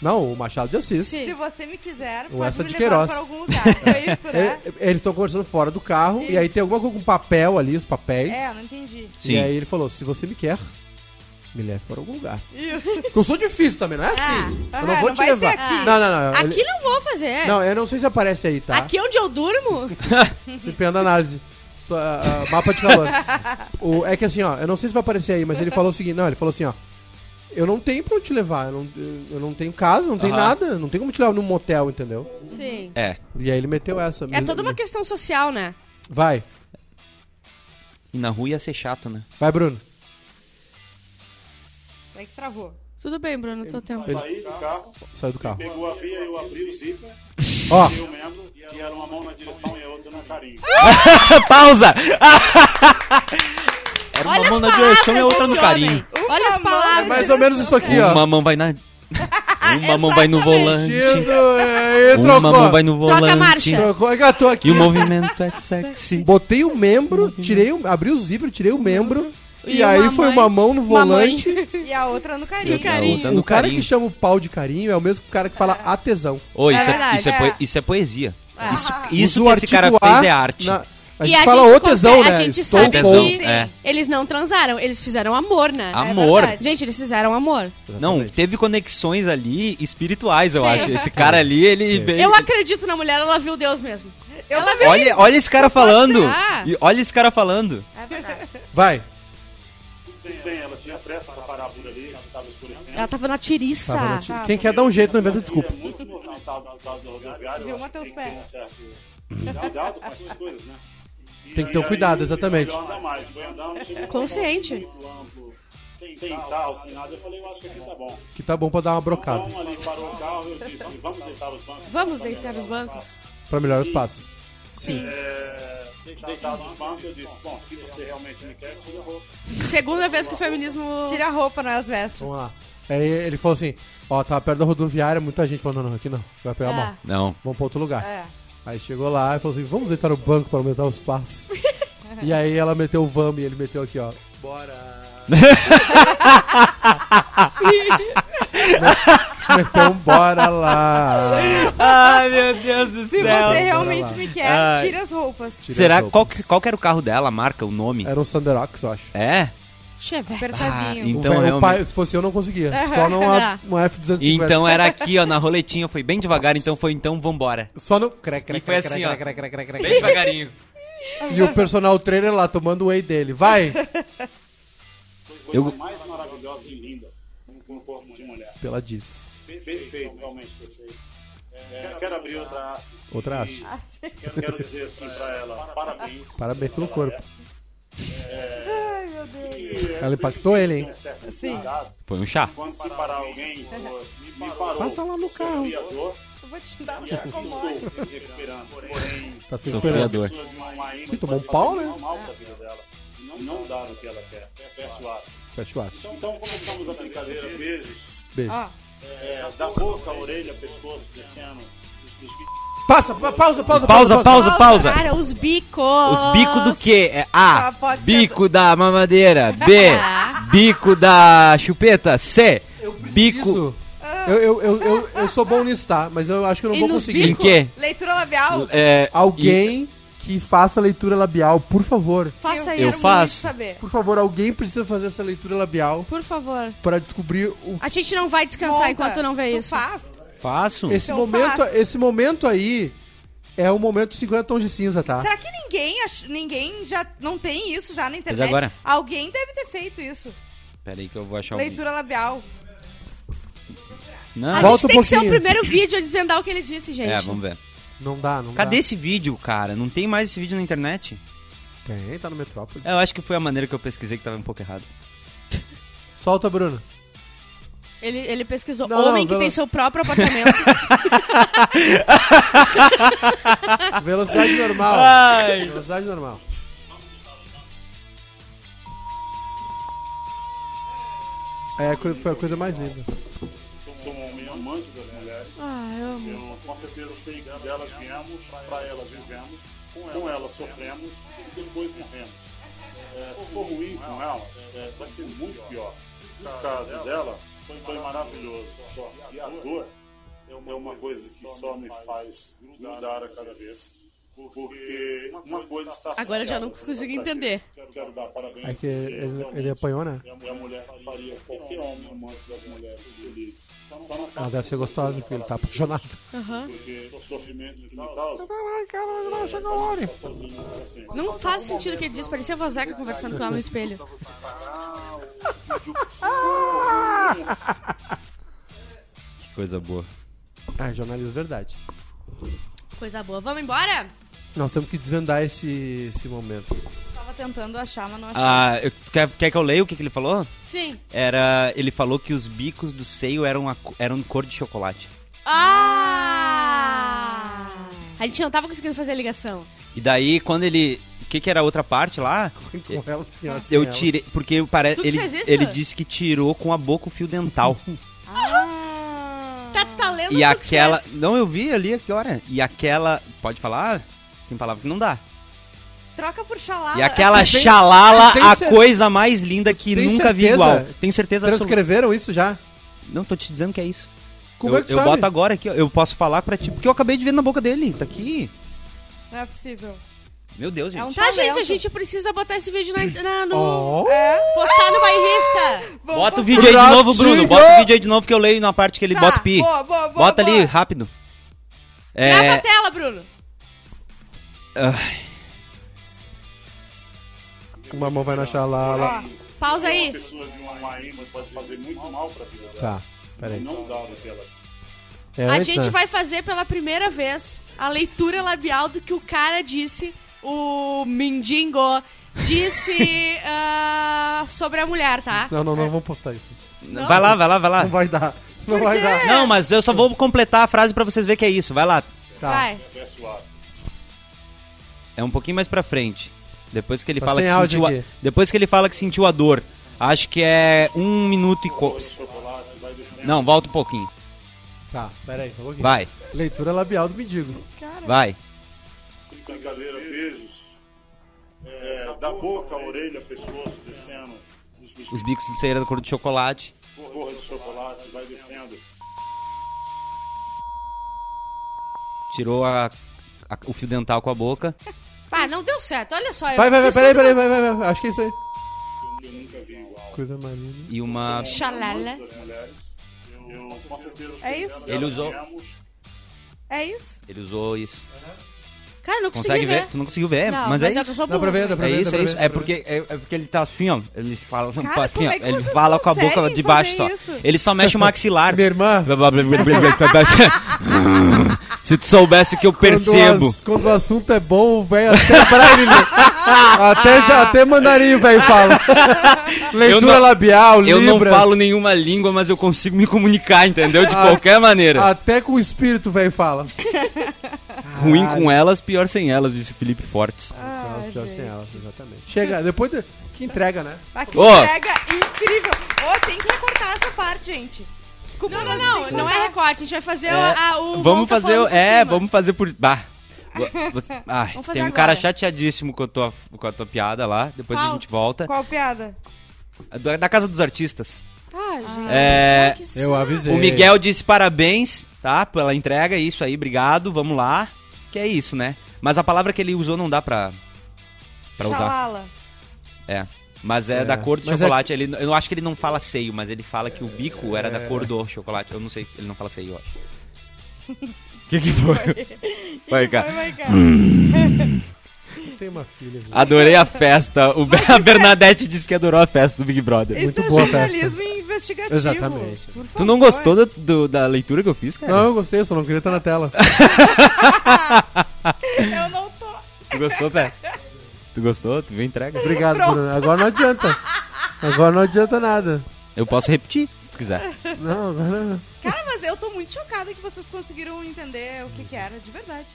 Speaker 4: Não, o Machado de Assis.
Speaker 3: Sim.
Speaker 5: Se você me quiser,
Speaker 4: O
Speaker 5: pode
Speaker 4: Essa
Speaker 5: me
Speaker 4: de
Speaker 5: levar
Speaker 4: Queiroz.
Speaker 5: para algum lugar. É isso, né?
Speaker 4: É, eles estão conversando fora do carro e
Speaker 5: Isso.
Speaker 4: aí tem alguma coisa com papel ali, os papéis.
Speaker 5: É, não entendi.
Speaker 2: Sim.
Speaker 4: E aí ele falou: se você me quer, me leve para algum lugar.
Speaker 5: Isso.
Speaker 4: Porque eu sou difícil também, não é assim?
Speaker 5: Ah,
Speaker 4: eu não vou
Speaker 5: não
Speaker 4: te
Speaker 5: vai ser
Speaker 4: levar.
Speaker 5: aqui.
Speaker 4: Não, não, não. ele-
Speaker 3: Aqui não vou fazer.
Speaker 4: Não, eu não sei se aparece aí, tá?
Speaker 3: Aqui onde eu durmo?
Speaker 4: Cipendo análise. Só, ah, ah, mapa de calor. o, é que assim, ó, eu não sei se vai aparecer aí, mas ele falou o seguinte: não, ele falou assim, ó. Eu não tenho pra onde te levar, eu não, eu não tenho casa, não tenho
Speaker 2: Aham.
Speaker 4: nada, não tem como te levar num motel, entendeu?
Speaker 3: Sim.
Speaker 2: É.
Speaker 4: E aí ele meteu essa.
Speaker 3: É toda uma questão social, né?
Speaker 4: Vai,
Speaker 2: E na rua ia ser chato, né?
Speaker 4: vai, Bruno.
Speaker 5: É que travou.
Speaker 3: Tudo bem, Bruno, teu tempo.
Speaker 7: Saí do carro,
Speaker 4: Saiu do carro.
Speaker 7: pegou a via, eu abri o zíper,
Speaker 4: Ó,
Speaker 7: eu membro, e era uma mão na direção e a outra na carinha.
Speaker 2: Pausa! Era
Speaker 3: Olha
Speaker 2: uma mão
Speaker 3: as
Speaker 2: na
Speaker 3: palavras
Speaker 2: direção e a outra no
Speaker 3: desse
Speaker 2: carinho.
Speaker 3: homem. Olha as
Speaker 5: Uma mão.
Speaker 4: é
Speaker 3: palavras.
Speaker 4: mais ou menos isso aqui, ó.
Speaker 2: Uma mão vai na. Uma mão vai no volante.
Speaker 4: Sentido, é, e
Speaker 2: Uma mão vai no
Speaker 4: trocou.
Speaker 3: Troca a
Speaker 2: volante.
Speaker 3: marcha.
Speaker 4: Trocou, engatou aqui.
Speaker 2: E o movimento é sexy.
Speaker 4: Botei o membro, tirei o, abri o zíper, tirei o membro. E,
Speaker 3: E
Speaker 4: aí
Speaker 3: uma
Speaker 4: foi
Speaker 3: mãe-
Speaker 4: uma mão no
Speaker 3: mamãe.
Speaker 4: volante.
Speaker 5: E a outra no
Speaker 3: Que
Speaker 5: carinho.
Speaker 3: carinho.
Speaker 2: Outra
Speaker 4: O
Speaker 2: no
Speaker 4: cara
Speaker 2: Tá carinho.
Speaker 4: que chama o pau de carinho é o mesmo cara que fala
Speaker 3: Ah.
Speaker 4: atesão.
Speaker 2: Ô, isso,
Speaker 3: É
Speaker 2: é,
Speaker 3: verdade,
Speaker 2: isso, é,
Speaker 5: é.
Speaker 2: poe- isso é poesia.
Speaker 3: Ah.
Speaker 2: Isso,
Speaker 4: Usa
Speaker 2: isso
Speaker 4: o
Speaker 2: que esse
Speaker 4: artigo
Speaker 2: cara
Speaker 4: A
Speaker 2: fez é arte.
Speaker 4: na- a
Speaker 3: E
Speaker 4: gente fala o tesão,
Speaker 3: consegue-
Speaker 4: né?
Speaker 3: A gente
Speaker 4: Estou
Speaker 3: sabe
Speaker 2: tesão,
Speaker 3: que
Speaker 2: é.
Speaker 3: eles não transaram, eles fizeram amor, né?
Speaker 5: Ah.
Speaker 2: Amor.
Speaker 5: É verdade.
Speaker 3: Gente, eles fizeram amor.
Speaker 2: Não, teve conexões ali espirituais, eu
Speaker 3: Sim.
Speaker 2: acho. Esse cara ali, ele veio.
Speaker 3: Eu acredito na mulher, ela viu Deus mesmo.
Speaker 5: Eu
Speaker 3: Ela-
Speaker 5: também.
Speaker 2: Olha, olha esse cara falando.
Speaker 3: Ah.
Speaker 2: E olha esse cara falando.
Speaker 5: É verdade.
Speaker 4: Vai.
Speaker 7: Tudo bem, ela tinha pressa para parar por ali, ela estava escurecendo.
Speaker 3: Ela tava na tiriça.
Speaker 4: Tá, Valentim.
Speaker 5: Tá.
Speaker 4: Quem quer dar um jeito não inventa
Speaker 7: E
Speaker 4: desculpa.
Speaker 7: é muito movimentado por causa do rodoviário.
Speaker 5: Viu,
Speaker 7: tá, eu acho que
Speaker 5: Matheus
Speaker 7: tem que ter
Speaker 5: Pega?
Speaker 7: um certo Cuidado com essas coisas, né? E
Speaker 4: Tem que ter um
Speaker 7: aí,
Speaker 4: cuidado, exatamente.
Speaker 7: foi andar mais, foi andar um tipo-
Speaker 3: Consciente.
Speaker 7: muito amplo, sem tal, sem nada. Eu falei, eu acho que aqui tá bom.
Speaker 4: Que tá bom pra dar uma brocada.
Speaker 7: Então, ali parou o carro, eu disse, vamos deitar os bancos.
Speaker 3: Vamos deitar os bancos.
Speaker 4: Pra melhorar o espaço. Sim.
Speaker 7: É, deitado nos bancos, eu disse, bom, se você realmente me quer, tira a roupa.
Speaker 3: Segunda vez que o feminismo.
Speaker 5: Tira a roupa, não é as vestes.
Speaker 4: Vamos lá. Aí ele falou assim, ó, tava perto da rodoviária, muita gente falou, não, não, aqui não. Vai pegar mal.
Speaker 3: Ah,
Speaker 2: Não.
Speaker 4: Vamos pra outro lugar.
Speaker 5: É.
Speaker 4: Aí chegou lá e falou assim, vamos deitar no banco pra aumentar o espaço. e aí ela meteu o vamos e ele meteu aqui, ó. Bora. meteu um bora lá.
Speaker 2: Ai, meu Deus do
Speaker 5: Se você realmente
Speaker 4: lá.
Speaker 5: me quer,
Speaker 2: Ai.
Speaker 5: tira as roupas.
Speaker 4: Tira as
Speaker 2: Será
Speaker 4: roupas.
Speaker 2: qual que, qual que era o carro dela, a marca, o nome?
Speaker 4: Era um Sanderox, eu acho.
Speaker 2: É?
Speaker 3: Chevette.
Speaker 2: Ah,
Speaker 5: Apertadinho.
Speaker 4: O
Speaker 2: então
Speaker 4: velho- o
Speaker 2: realmente.
Speaker 4: pai, se fosse eu, não conseguia. Só não a, um F250.
Speaker 2: Então era aqui, ó, na roletinha, foi bem devagar, então foi então vambora.
Speaker 4: Só no. Cre, cre,
Speaker 2: E foi
Speaker 4: cre,
Speaker 2: assim,
Speaker 4: cre,
Speaker 2: ó.
Speaker 4: cre, cre, cre,
Speaker 2: Bem
Speaker 4: cre, cre.
Speaker 2: devagarinho.
Speaker 4: E o personal trainer lá tomando o whey dele. Vai!
Speaker 7: Coisa mais maravilhosa e linda com o corpo de mulher.
Speaker 4: Pela Dits.
Speaker 7: Perfeito, realmente perfeito. É, quero abrir outra haste.
Speaker 4: Outra haste.
Speaker 5: Achei-
Speaker 7: Quero, quero dizer assim pra ela, parabéns. É,
Speaker 4: Parabéns pelo corpo.
Speaker 5: Ai, meu Deus.
Speaker 7: E, é,
Speaker 4: Ela impactou ele, hein?
Speaker 7: um certo
Speaker 5: Sim.
Speaker 7: cuidado.
Speaker 2: Foi um chá.
Speaker 7: Quando se parar alguém, me parou.
Speaker 4: Passa lá no
Speaker 7: Sofri
Speaker 4: carro.
Speaker 7: a dor,
Speaker 5: Eu vou te dar um
Speaker 7: Aqui
Speaker 5: chocomole.
Speaker 7: estou me recuperando. Porém,
Speaker 4: Tá se
Speaker 2: Sofreu a
Speaker 4: esperando.
Speaker 2: dor.
Speaker 7: pessoa de uma ainda
Speaker 4: Sim, tomou um
Speaker 7: pode
Speaker 4: pau,
Speaker 7: fazer
Speaker 4: né?
Speaker 7: Mal pra vida dela. E Não, não dá no que ela quer. Peço aço.
Speaker 4: Fecha o aço.
Speaker 7: Então começamos a brincadeira. Beijos.
Speaker 4: Beijo.
Speaker 5: Ó,
Speaker 7: É, da boca, orelha, pescoço, descendo. Os, os...
Speaker 4: Passa, pa- pausa, pausa,
Speaker 2: Pausa, pausa, pausa.
Speaker 3: Cara, os bicos.
Speaker 2: Os bicos do quê? É A.
Speaker 5: Ah, pode ser
Speaker 2: bico da mamadeira. B. bico da chupeta. C. Bico.
Speaker 4: Bico.
Speaker 2: É.
Speaker 4: Eu, eu, eu, eu, eu sou bom nisso, tá? Mas eu acho que eu não
Speaker 3: E
Speaker 4: vou
Speaker 3: nos
Speaker 4: conseguir.
Speaker 2: Em quê?
Speaker 5: Leitura labial.
Speaker 2: É,
Speaker 4: Alguém que faça leitura labial, por favor.
Speaker 3: Faça
Speaker 5: quero
Speaker 2: Eu
Speaker 3: isso.
Speaker 5: muito
Speaker 2: faço.
Speaker 5: saber.
Speaker 4: Por favor, alguém precisa fazer essa leitura labial
Speaker 3: Por favor.
Speaker 4: pra descobrir o.
Speaker 3: A gente não vai descansar
Speaker 5: Monta,
Speaker 3: enquanto não vê
Speaker 5: tu
Speaker 3: isso.
Speaker 5: faz?
Speaker 2: Faço.
Speaker 4: Esse,
Speaker 5: Então
Speaker 4: momento,
Speaker 5: faz.
Speaker 4: esse momento aí é o momento 50 tons de cinza, tá?
Speaker 5: Será que ninguém, ach- ninguém já não tem isso já na internet?
Speaker 2: agora?
Speaker 5: Alguém deve ter feito isso.
Speaker 2: Pera aí que eu vou achar o vídeo.
Speaker 5: Leitura labial.
Speaker 2: Não.
Speaker 3: A
Speaker 4: Volta
Speaker 3: gente
Speaker 4: um
Speaker 3: tem que ser o
Speaker 4: pouquinho.
Speaker 3: primeiro vídeo a desvendar o que ele disse, gente.
Speaker 2: É, vamos ver.
Speaker 4: Não dá, não
Speaker 2: Cadê
Speaker 4: dá.
Speaker 2: esse vídeo, cara? Não tem mais esse vídeo na internet?
Speaker 4: Tem, tá no Metrópole.
Speaker 2: É, Eu acho que foi a maneira que eu pesquisei que tava um pouco errado.
Speaker 4: Solta, Bruno.
Speaker 3: Ele, ele pesquisou
Speaker 4: Não, não,
Speaker 3: homem que
Speaker 4: não.
Speaker 3: tem seu próprio apartamento.
Speaker 4: Velocidade normal.
Speaker 2: Ai.
Speaker 4: Velocidade normal. É, co- foi a coisa mais linda.
Speaker 7: Sou, sou um homem amante das mulheres.
Speaker 3: ah, eu amo.
Speaker 7: Eu, com certeza, sei que delas viemos, para elas vivemos, com elas, sofremos e depois morremos. É, se for ruim com elas, é, vai ser muito pior. O caso dela foi, foi maravilhoso, só que a dor é uma coisa que só me faz grudar a cada vez. Porque uma coisa está
Speaker 3: Agora eu já não
Speaker 7: associada.
Speaker 3: consigo entender.
Speaker 7: Quero, quero dar parabéns.
Speaker 4: É que
Speaker 7: a você,
Speaker 4: ele,
Speaker 7: realmente.
Speaker 4: ele apanhou, né?
Speaker 7: É a mulher que faria qualquer homem amante das mulheres felizes. Só não
Speaker 4: Ela
Speaker 7: faça
Speaker 4: Ah, deve ser gostosa, porque ele tá apaixonado.
Speaker 3: Aham.
Speaker 7: porque o sofrimento que me causa tá sozinho pra sempre.
Speaker 3: Não faz sentido o que ele disse. Parecia a Vazaca conversando com ela no espelho.
Speaker 2: Que coisa boa.
Speaker 4: Ah, jornalismo verdade.
Speaker 3: Coisa boa. Vamos embora?
Speaker 4: Nós temos que desvendar esse, esse momento.
Speaker 5: Tava tentando achar, mas não achei.
Speaker 2: Ah, eu- quer, quer que eu leia o que, que ele falou?
Speaker 3: Sim.
Speaker 2: Era. Ele falou que os bicos do seio eram, a co- eram cor de chocolate.
Speaker 3: Ah! A gente não tava conseguindo fazer a ligação.
Speaker 2: E daí, quando ele. O que, que era a outra parte lá?
Speaker 4: Com ela, pior, sem
Speaker 2: Eu
Speaker 4: ela.
Speaker 2: tirei. Porque pare...
Speaker 3: Tu que
Speaker 2: ele,
Speaker 3: fez isso?
Speaker 2: ele disse que tirou com a boca o fio dental.
Speaker 5: Ah.
Speaker 3: Tá, tu tá lendo
Speaker 2: e
Speaker 3: o que tu
Speaker 2: aquela.
Speaker 3: fez?
Speaker 2: Não, eu vi ali que hora. E aquela. Pode falar? Tem palavra que não dá.
Speaker 5: Troca por xalala.
Speaker 2: E aquela
Speaker 4: tem-
Speaker 2: xalala,
Speaker 4: tem
Speaker 2: a
Speaker 4: cer-
Speaker 2: coisa mais linda que
Speaker 4: tem
Speaker 2: nunca vi
Speaker 4: certeza?
Speaker 2: igual. Tenho certeza absoluta.
Speaker 4: Transcreveram isso já?
Speaker 2: Não, tô te dizendo que é isso.
Speaker 4: Como
Speaker 2: eu
Speaker 4: é que tu
Speaker 2: eu
Speaker 4: sabe?
Speaker 2: boto agora aqui, ó. Eu posso falar pra ti. Porque eu acabei de ver na boca dele. Tá aqui.
Speaker 5: Não é possível.
Speaker 2: Meu Deus, gente.
Speaker 5: É um
Speaker 3: Tá, gente, a
Speaker 5: talento.
Speaker 3: gente precisa botar esse vídeo na, na- no...
Speaker 4: Oh,
Speaker 3: Postar no bairrista.
Speaker 5: Vamos
Speaker 2: Bota o
Speaker 5: postar.
Speaker 2: vídeo aí de novo, Bruno.
Speaker 4: Ratinho!
Speaker 2: Bota o vídeo aí de novo que eu leio na parte que ele
Speaker 5: um Tá,
Speaker 2: bota o pi.
Speaker 5: boa, boa, boa,
Speaker 2: bota ali,
Speaker 5: boa.
Speaker 2: rápido.
Speaker 3: Grava a
Speaker 2: É.
Speaker 3: tela, Bruno.
Speaker 4: uma mão vai na xalala.
Speaker 3: Pausa aí.
Speaker 7: Uma pessoa de uma índole pode fazer muito mal pra vida dela.
Speaker 4: Tá, peraí.
Speaker 7: Não dá no que ela
Speaker 4: É
Speaker 3: A
Speaker 4: antes,
Speaker 3: gente
Speaker 4: né?
Speaker 3: vai fazer pela primeira vez a leitura labial do que o cara disse, o Mindingo disse ah, sobre a mulher, tá?
Speaker 4: Não, não, não, vamos postar isso.
Speaker 2: Vai lá, vai lá, vai lá.
Speaker 4: Não vai dar. Não vai dar.
Speaker 2: Não, mas eu só vou completar a frase pra vocês verem que é isso. Vai lá.
Speaker 4: Tá.
Speaker 3: Vai.
Speaker 7: é suaça.
Speaker 2: É um pouquinho mais pra frente. Depois que ele
Speaker 4: Tá
Speaker 2: fala
Speaker 4: sem
Speaker 2: que
Speaker 4: áudio
Speaker 2: sentiu a...
Speaker 4: aqui.
Speaker 2: Depois que ele fala que sentiu a dor. Acho que é um minuto e. Co...
Speaker 7: Chocolate vai descendo.
Speaker 2: Não, volta um pouquinho.
Speaker 4: Tá, peraí, só um pouquinho.
Speaker 2: Vai,
Speaker 4: Leitura labial do mendigo.
Speaker 2: vai.
Speaker 7: Brincadeira, beijos. É, da boca, orelha, pescoço, descendo. Os
Speaker 2: Os bicos de cera da cor de chocolate.
Speaker 7: porra de chocolate vai descendo.
Speaker 2: Tirou a- a- o fio dental com a boca.
Speaker 3: Ah, não deu certo. Olha só. eu
Speaker 4: Vai, vai, vai,
Speaker 3: fiz
Speaker 4: peraí,
Speaker 3: tudo
Speaker 4: peraí, vai, vai, vai. Acho que é isso aí.
Speaker 7: Eu nunca vi igual.
Speaker 4: Coisa mais linda.
Speaker 2: E uma.
Speaker 3: Xalala.
Speaker 7: Das mulheres. Eu, com certeza,
Speaker 5: É
Speaker 7: sei
Speaker 5: isso?
Speaker 7: dela,
Speaker 2: Ele usou.
Speaker 7: viemos.
Speaker 5: É isso?
Speaker 2: Ele usou isso.
Speaker 3: Cara, eu não consegui
Speaker 2: Consegue ver? Tu não conseguiu ver,
Speaker 3: Não,
Speaker 2: mas,
Speaker 3: mas,
Speaker 2: é
Speaker 3: que eu
Speaker 2: isso.
Speaker 3: sou
Speaker 4: Dá pra
Speaker 3: burra.
Speaker 4: ver, dá pra
Speaker 2: É
Speaker 4: ver. dá
Speaker 2: isso,
Speaker 4: pra
Speaker 2: é
Speaker 4: ver,
Speaker 2: isso.
Speaker 4: dá
Speaker 2: É
Speaker 4: pra ver.
Speaker 2: porque, é, é porque ele tá assim, ó. Ele fala,
Speaker 5: Cara,
Speaker 2: faz assim,
Speaker 5: como
Speaker 2: ó.
Speaker 5: é que
Speaker 2: ele
Speaker 5: vocês
Speaker 2: fala com a boca
Speaker 5: conseguem
Speaker 2: de baixo só.
Speaker 5: fazer isso?
Speaker 2: Ele só mexe o maxilar.
Speaker 4: Minha irmã,
Speaker 2: tá, Se tu soubesse o que eu
Speaker 4: Quando,
Speaker 2: percebo.
Speaker 4: as- quando o assunto é bom, o velho até pra ele. até, já, até mandarim, o velho, fala. Leitura
Speaker 2: não-
Speaker 4: labial,
Speaker 2: Eu não
Speaker 4: libras.
Speaker 2: falo nenhuma língua, mas eu consigo me comunicar, entendeu? De
Speaker 4: Ah,
Speaker 2: qualquer maneira.
Speaker 4: Até com o espírito, o velho, fala.
Speaker 2: Ruim
Speaker 4: tá.
Speaker 2: com elas, pior sem elas, disse Felipe Fortes.
Speaker 5: Ah,
Speaker 4: Elas pior sem
Speaker 5: gente.
Speaker 4: elas, exatamente. Chega, depois de- que entrega, né?
Speaker 5: Ah, que
Speaker 2: Ô.
Speaker 5: entrega incrível. Ô, tem que recortar essa parte, gente. Desculpa.
Speaker 3: Não, não, não. Não é recorte. A gente vai fazer o- a- o...
Speaker 2: vamos
Speaker 3: volta
Speaker 2: fazer.
Speaker 3: falando
Speaker 2: o-
Speaker 3: por
Speaker 2: É,
Speaker 3: cima.
Speaker 2: vamos fazer por. Bah. Vo- você- Ai,
Speaker 3: Vamos fazer
Speaker 2: tem um
Speaker 3: agora.
Speaker 2: cara chateadíssimo com a tua, com a tua piada lá. Depois a
Speaker 3: Qual?
Speaker 2: gente volta. É
Speaker 5: Qual piada?
Speaker 2: Da da Casa dos Artistas.
Speaker 3: Ah, gente.
Speaker 2: É,
Speaker 3: que
Speaker 4: Eu
Speaker 3: saco.
Speaker 4: avisei.
Speaker 2: o Miguel disse parabéns, tá? Pela entrega, isso aí, obrigado, vamos lá. Que é isso, né? Mas a palavra que ele usou não dá pra, pra usar.
Speaker 5: Xalala.
Speaker 2: É. Mas é,
Speaker 4: É,
Speaker 2: da cor do
Speaker 4: mas é
Speaker 2: chocolate. Ele, É. eu acho que ele não fala seio, mas ele fala que o bico era da cor do chocolate. Eu não sei, ele não fala seio, eu acho. O que, que foi? Vai,
Speaker 5: Vai,
Speaker 2: cara.
Speaker 5: vai, cara.
Speaker 2: Hum.
Speaker 4: Tem uma filha, gente.
Speaker 2: Adorei a festa. O Be- a Bernadette disse que adorou a festa do Big Brother.
Speaker 5: Isso
Speaker 4: muito
Speaker 5: é
Speaker 4: boa a festa.
Speaker 5: jornalismo investigativo.
Speaker 4: Exatamente.
Speaker 5: Por favor.
Speaker 2: Tu não gostou do- do- da leitura que eu fiz, cara?
Speaker 4: Não, eu gostei, eu só não queria estar na tela.
Speaker 5: Eu não tô.
Speaker 2: Tu gostou, Pé? Tu gostou? Tu viu a entrega?
Speaker 4: Obrigado,
Speaker 5: Pronto.
Speaker 4: Bruno. Agora não adianta. Agora não adianta nada.
Speaker 2: Eu posso repetir, se tu quiser.
Speaker 4: Não, agora não.
Speaker 5: Cara, mas eu tô muito chocada que vocês conseguiram entender o que que era, de verdade.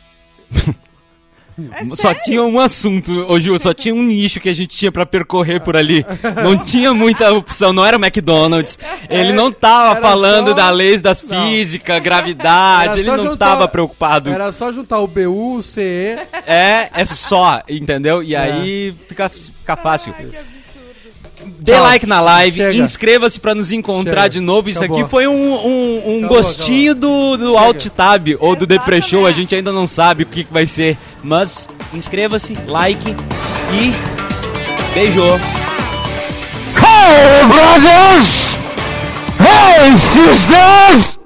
Speaker 5: É
Speaker 2: só tinha um assunto, ô Ju, só tinha um nicho que a gente tinha pra percorrer por ali. Não tinha muita opção, não era o McDonald's. Ele não tava
Speaker 4: Era
Speaker 2: falando
Speaker 4: só-
Speaker 2: da leis das
Speaker 4: Não.
Speaker 2: física, gravidade,
Speaker 4: Era
Speaker 2: ele
Speaker 4: só
Speaker 2: não
Speaker 4: juntar-
Speaker 2: tava preocupado.
Speaker 4: Era só juntar o BU, o CE.
Speaker 2: É, é só, entendeu?
Speaker 4: É.
Speaker 2: E aí fica, fica fácil.
Speaker 5: Ai, que absurdo.
Speaker 2: Dê
Speaker 4: Tchau.
Speaker 2: like na live,
Speaker 4: Chega.
Speaker 2: inscreva-se pra nos encontrar
Speaker 4: Chega.
Speaker 2: de novo. Isso
Speaker 4: Acabou.
Speaker 2: aqui foi um, um- um
Speaker 4: Acabou,
Speaker 2: gostinho do, do Alt Tab ou do Depre Show. A gente ainda não sabe o que, que vai ser, mas
Speaker 8: Inscreva-se, like e beijo.
Speaker 9: Hey, brothers! Hey, sisters!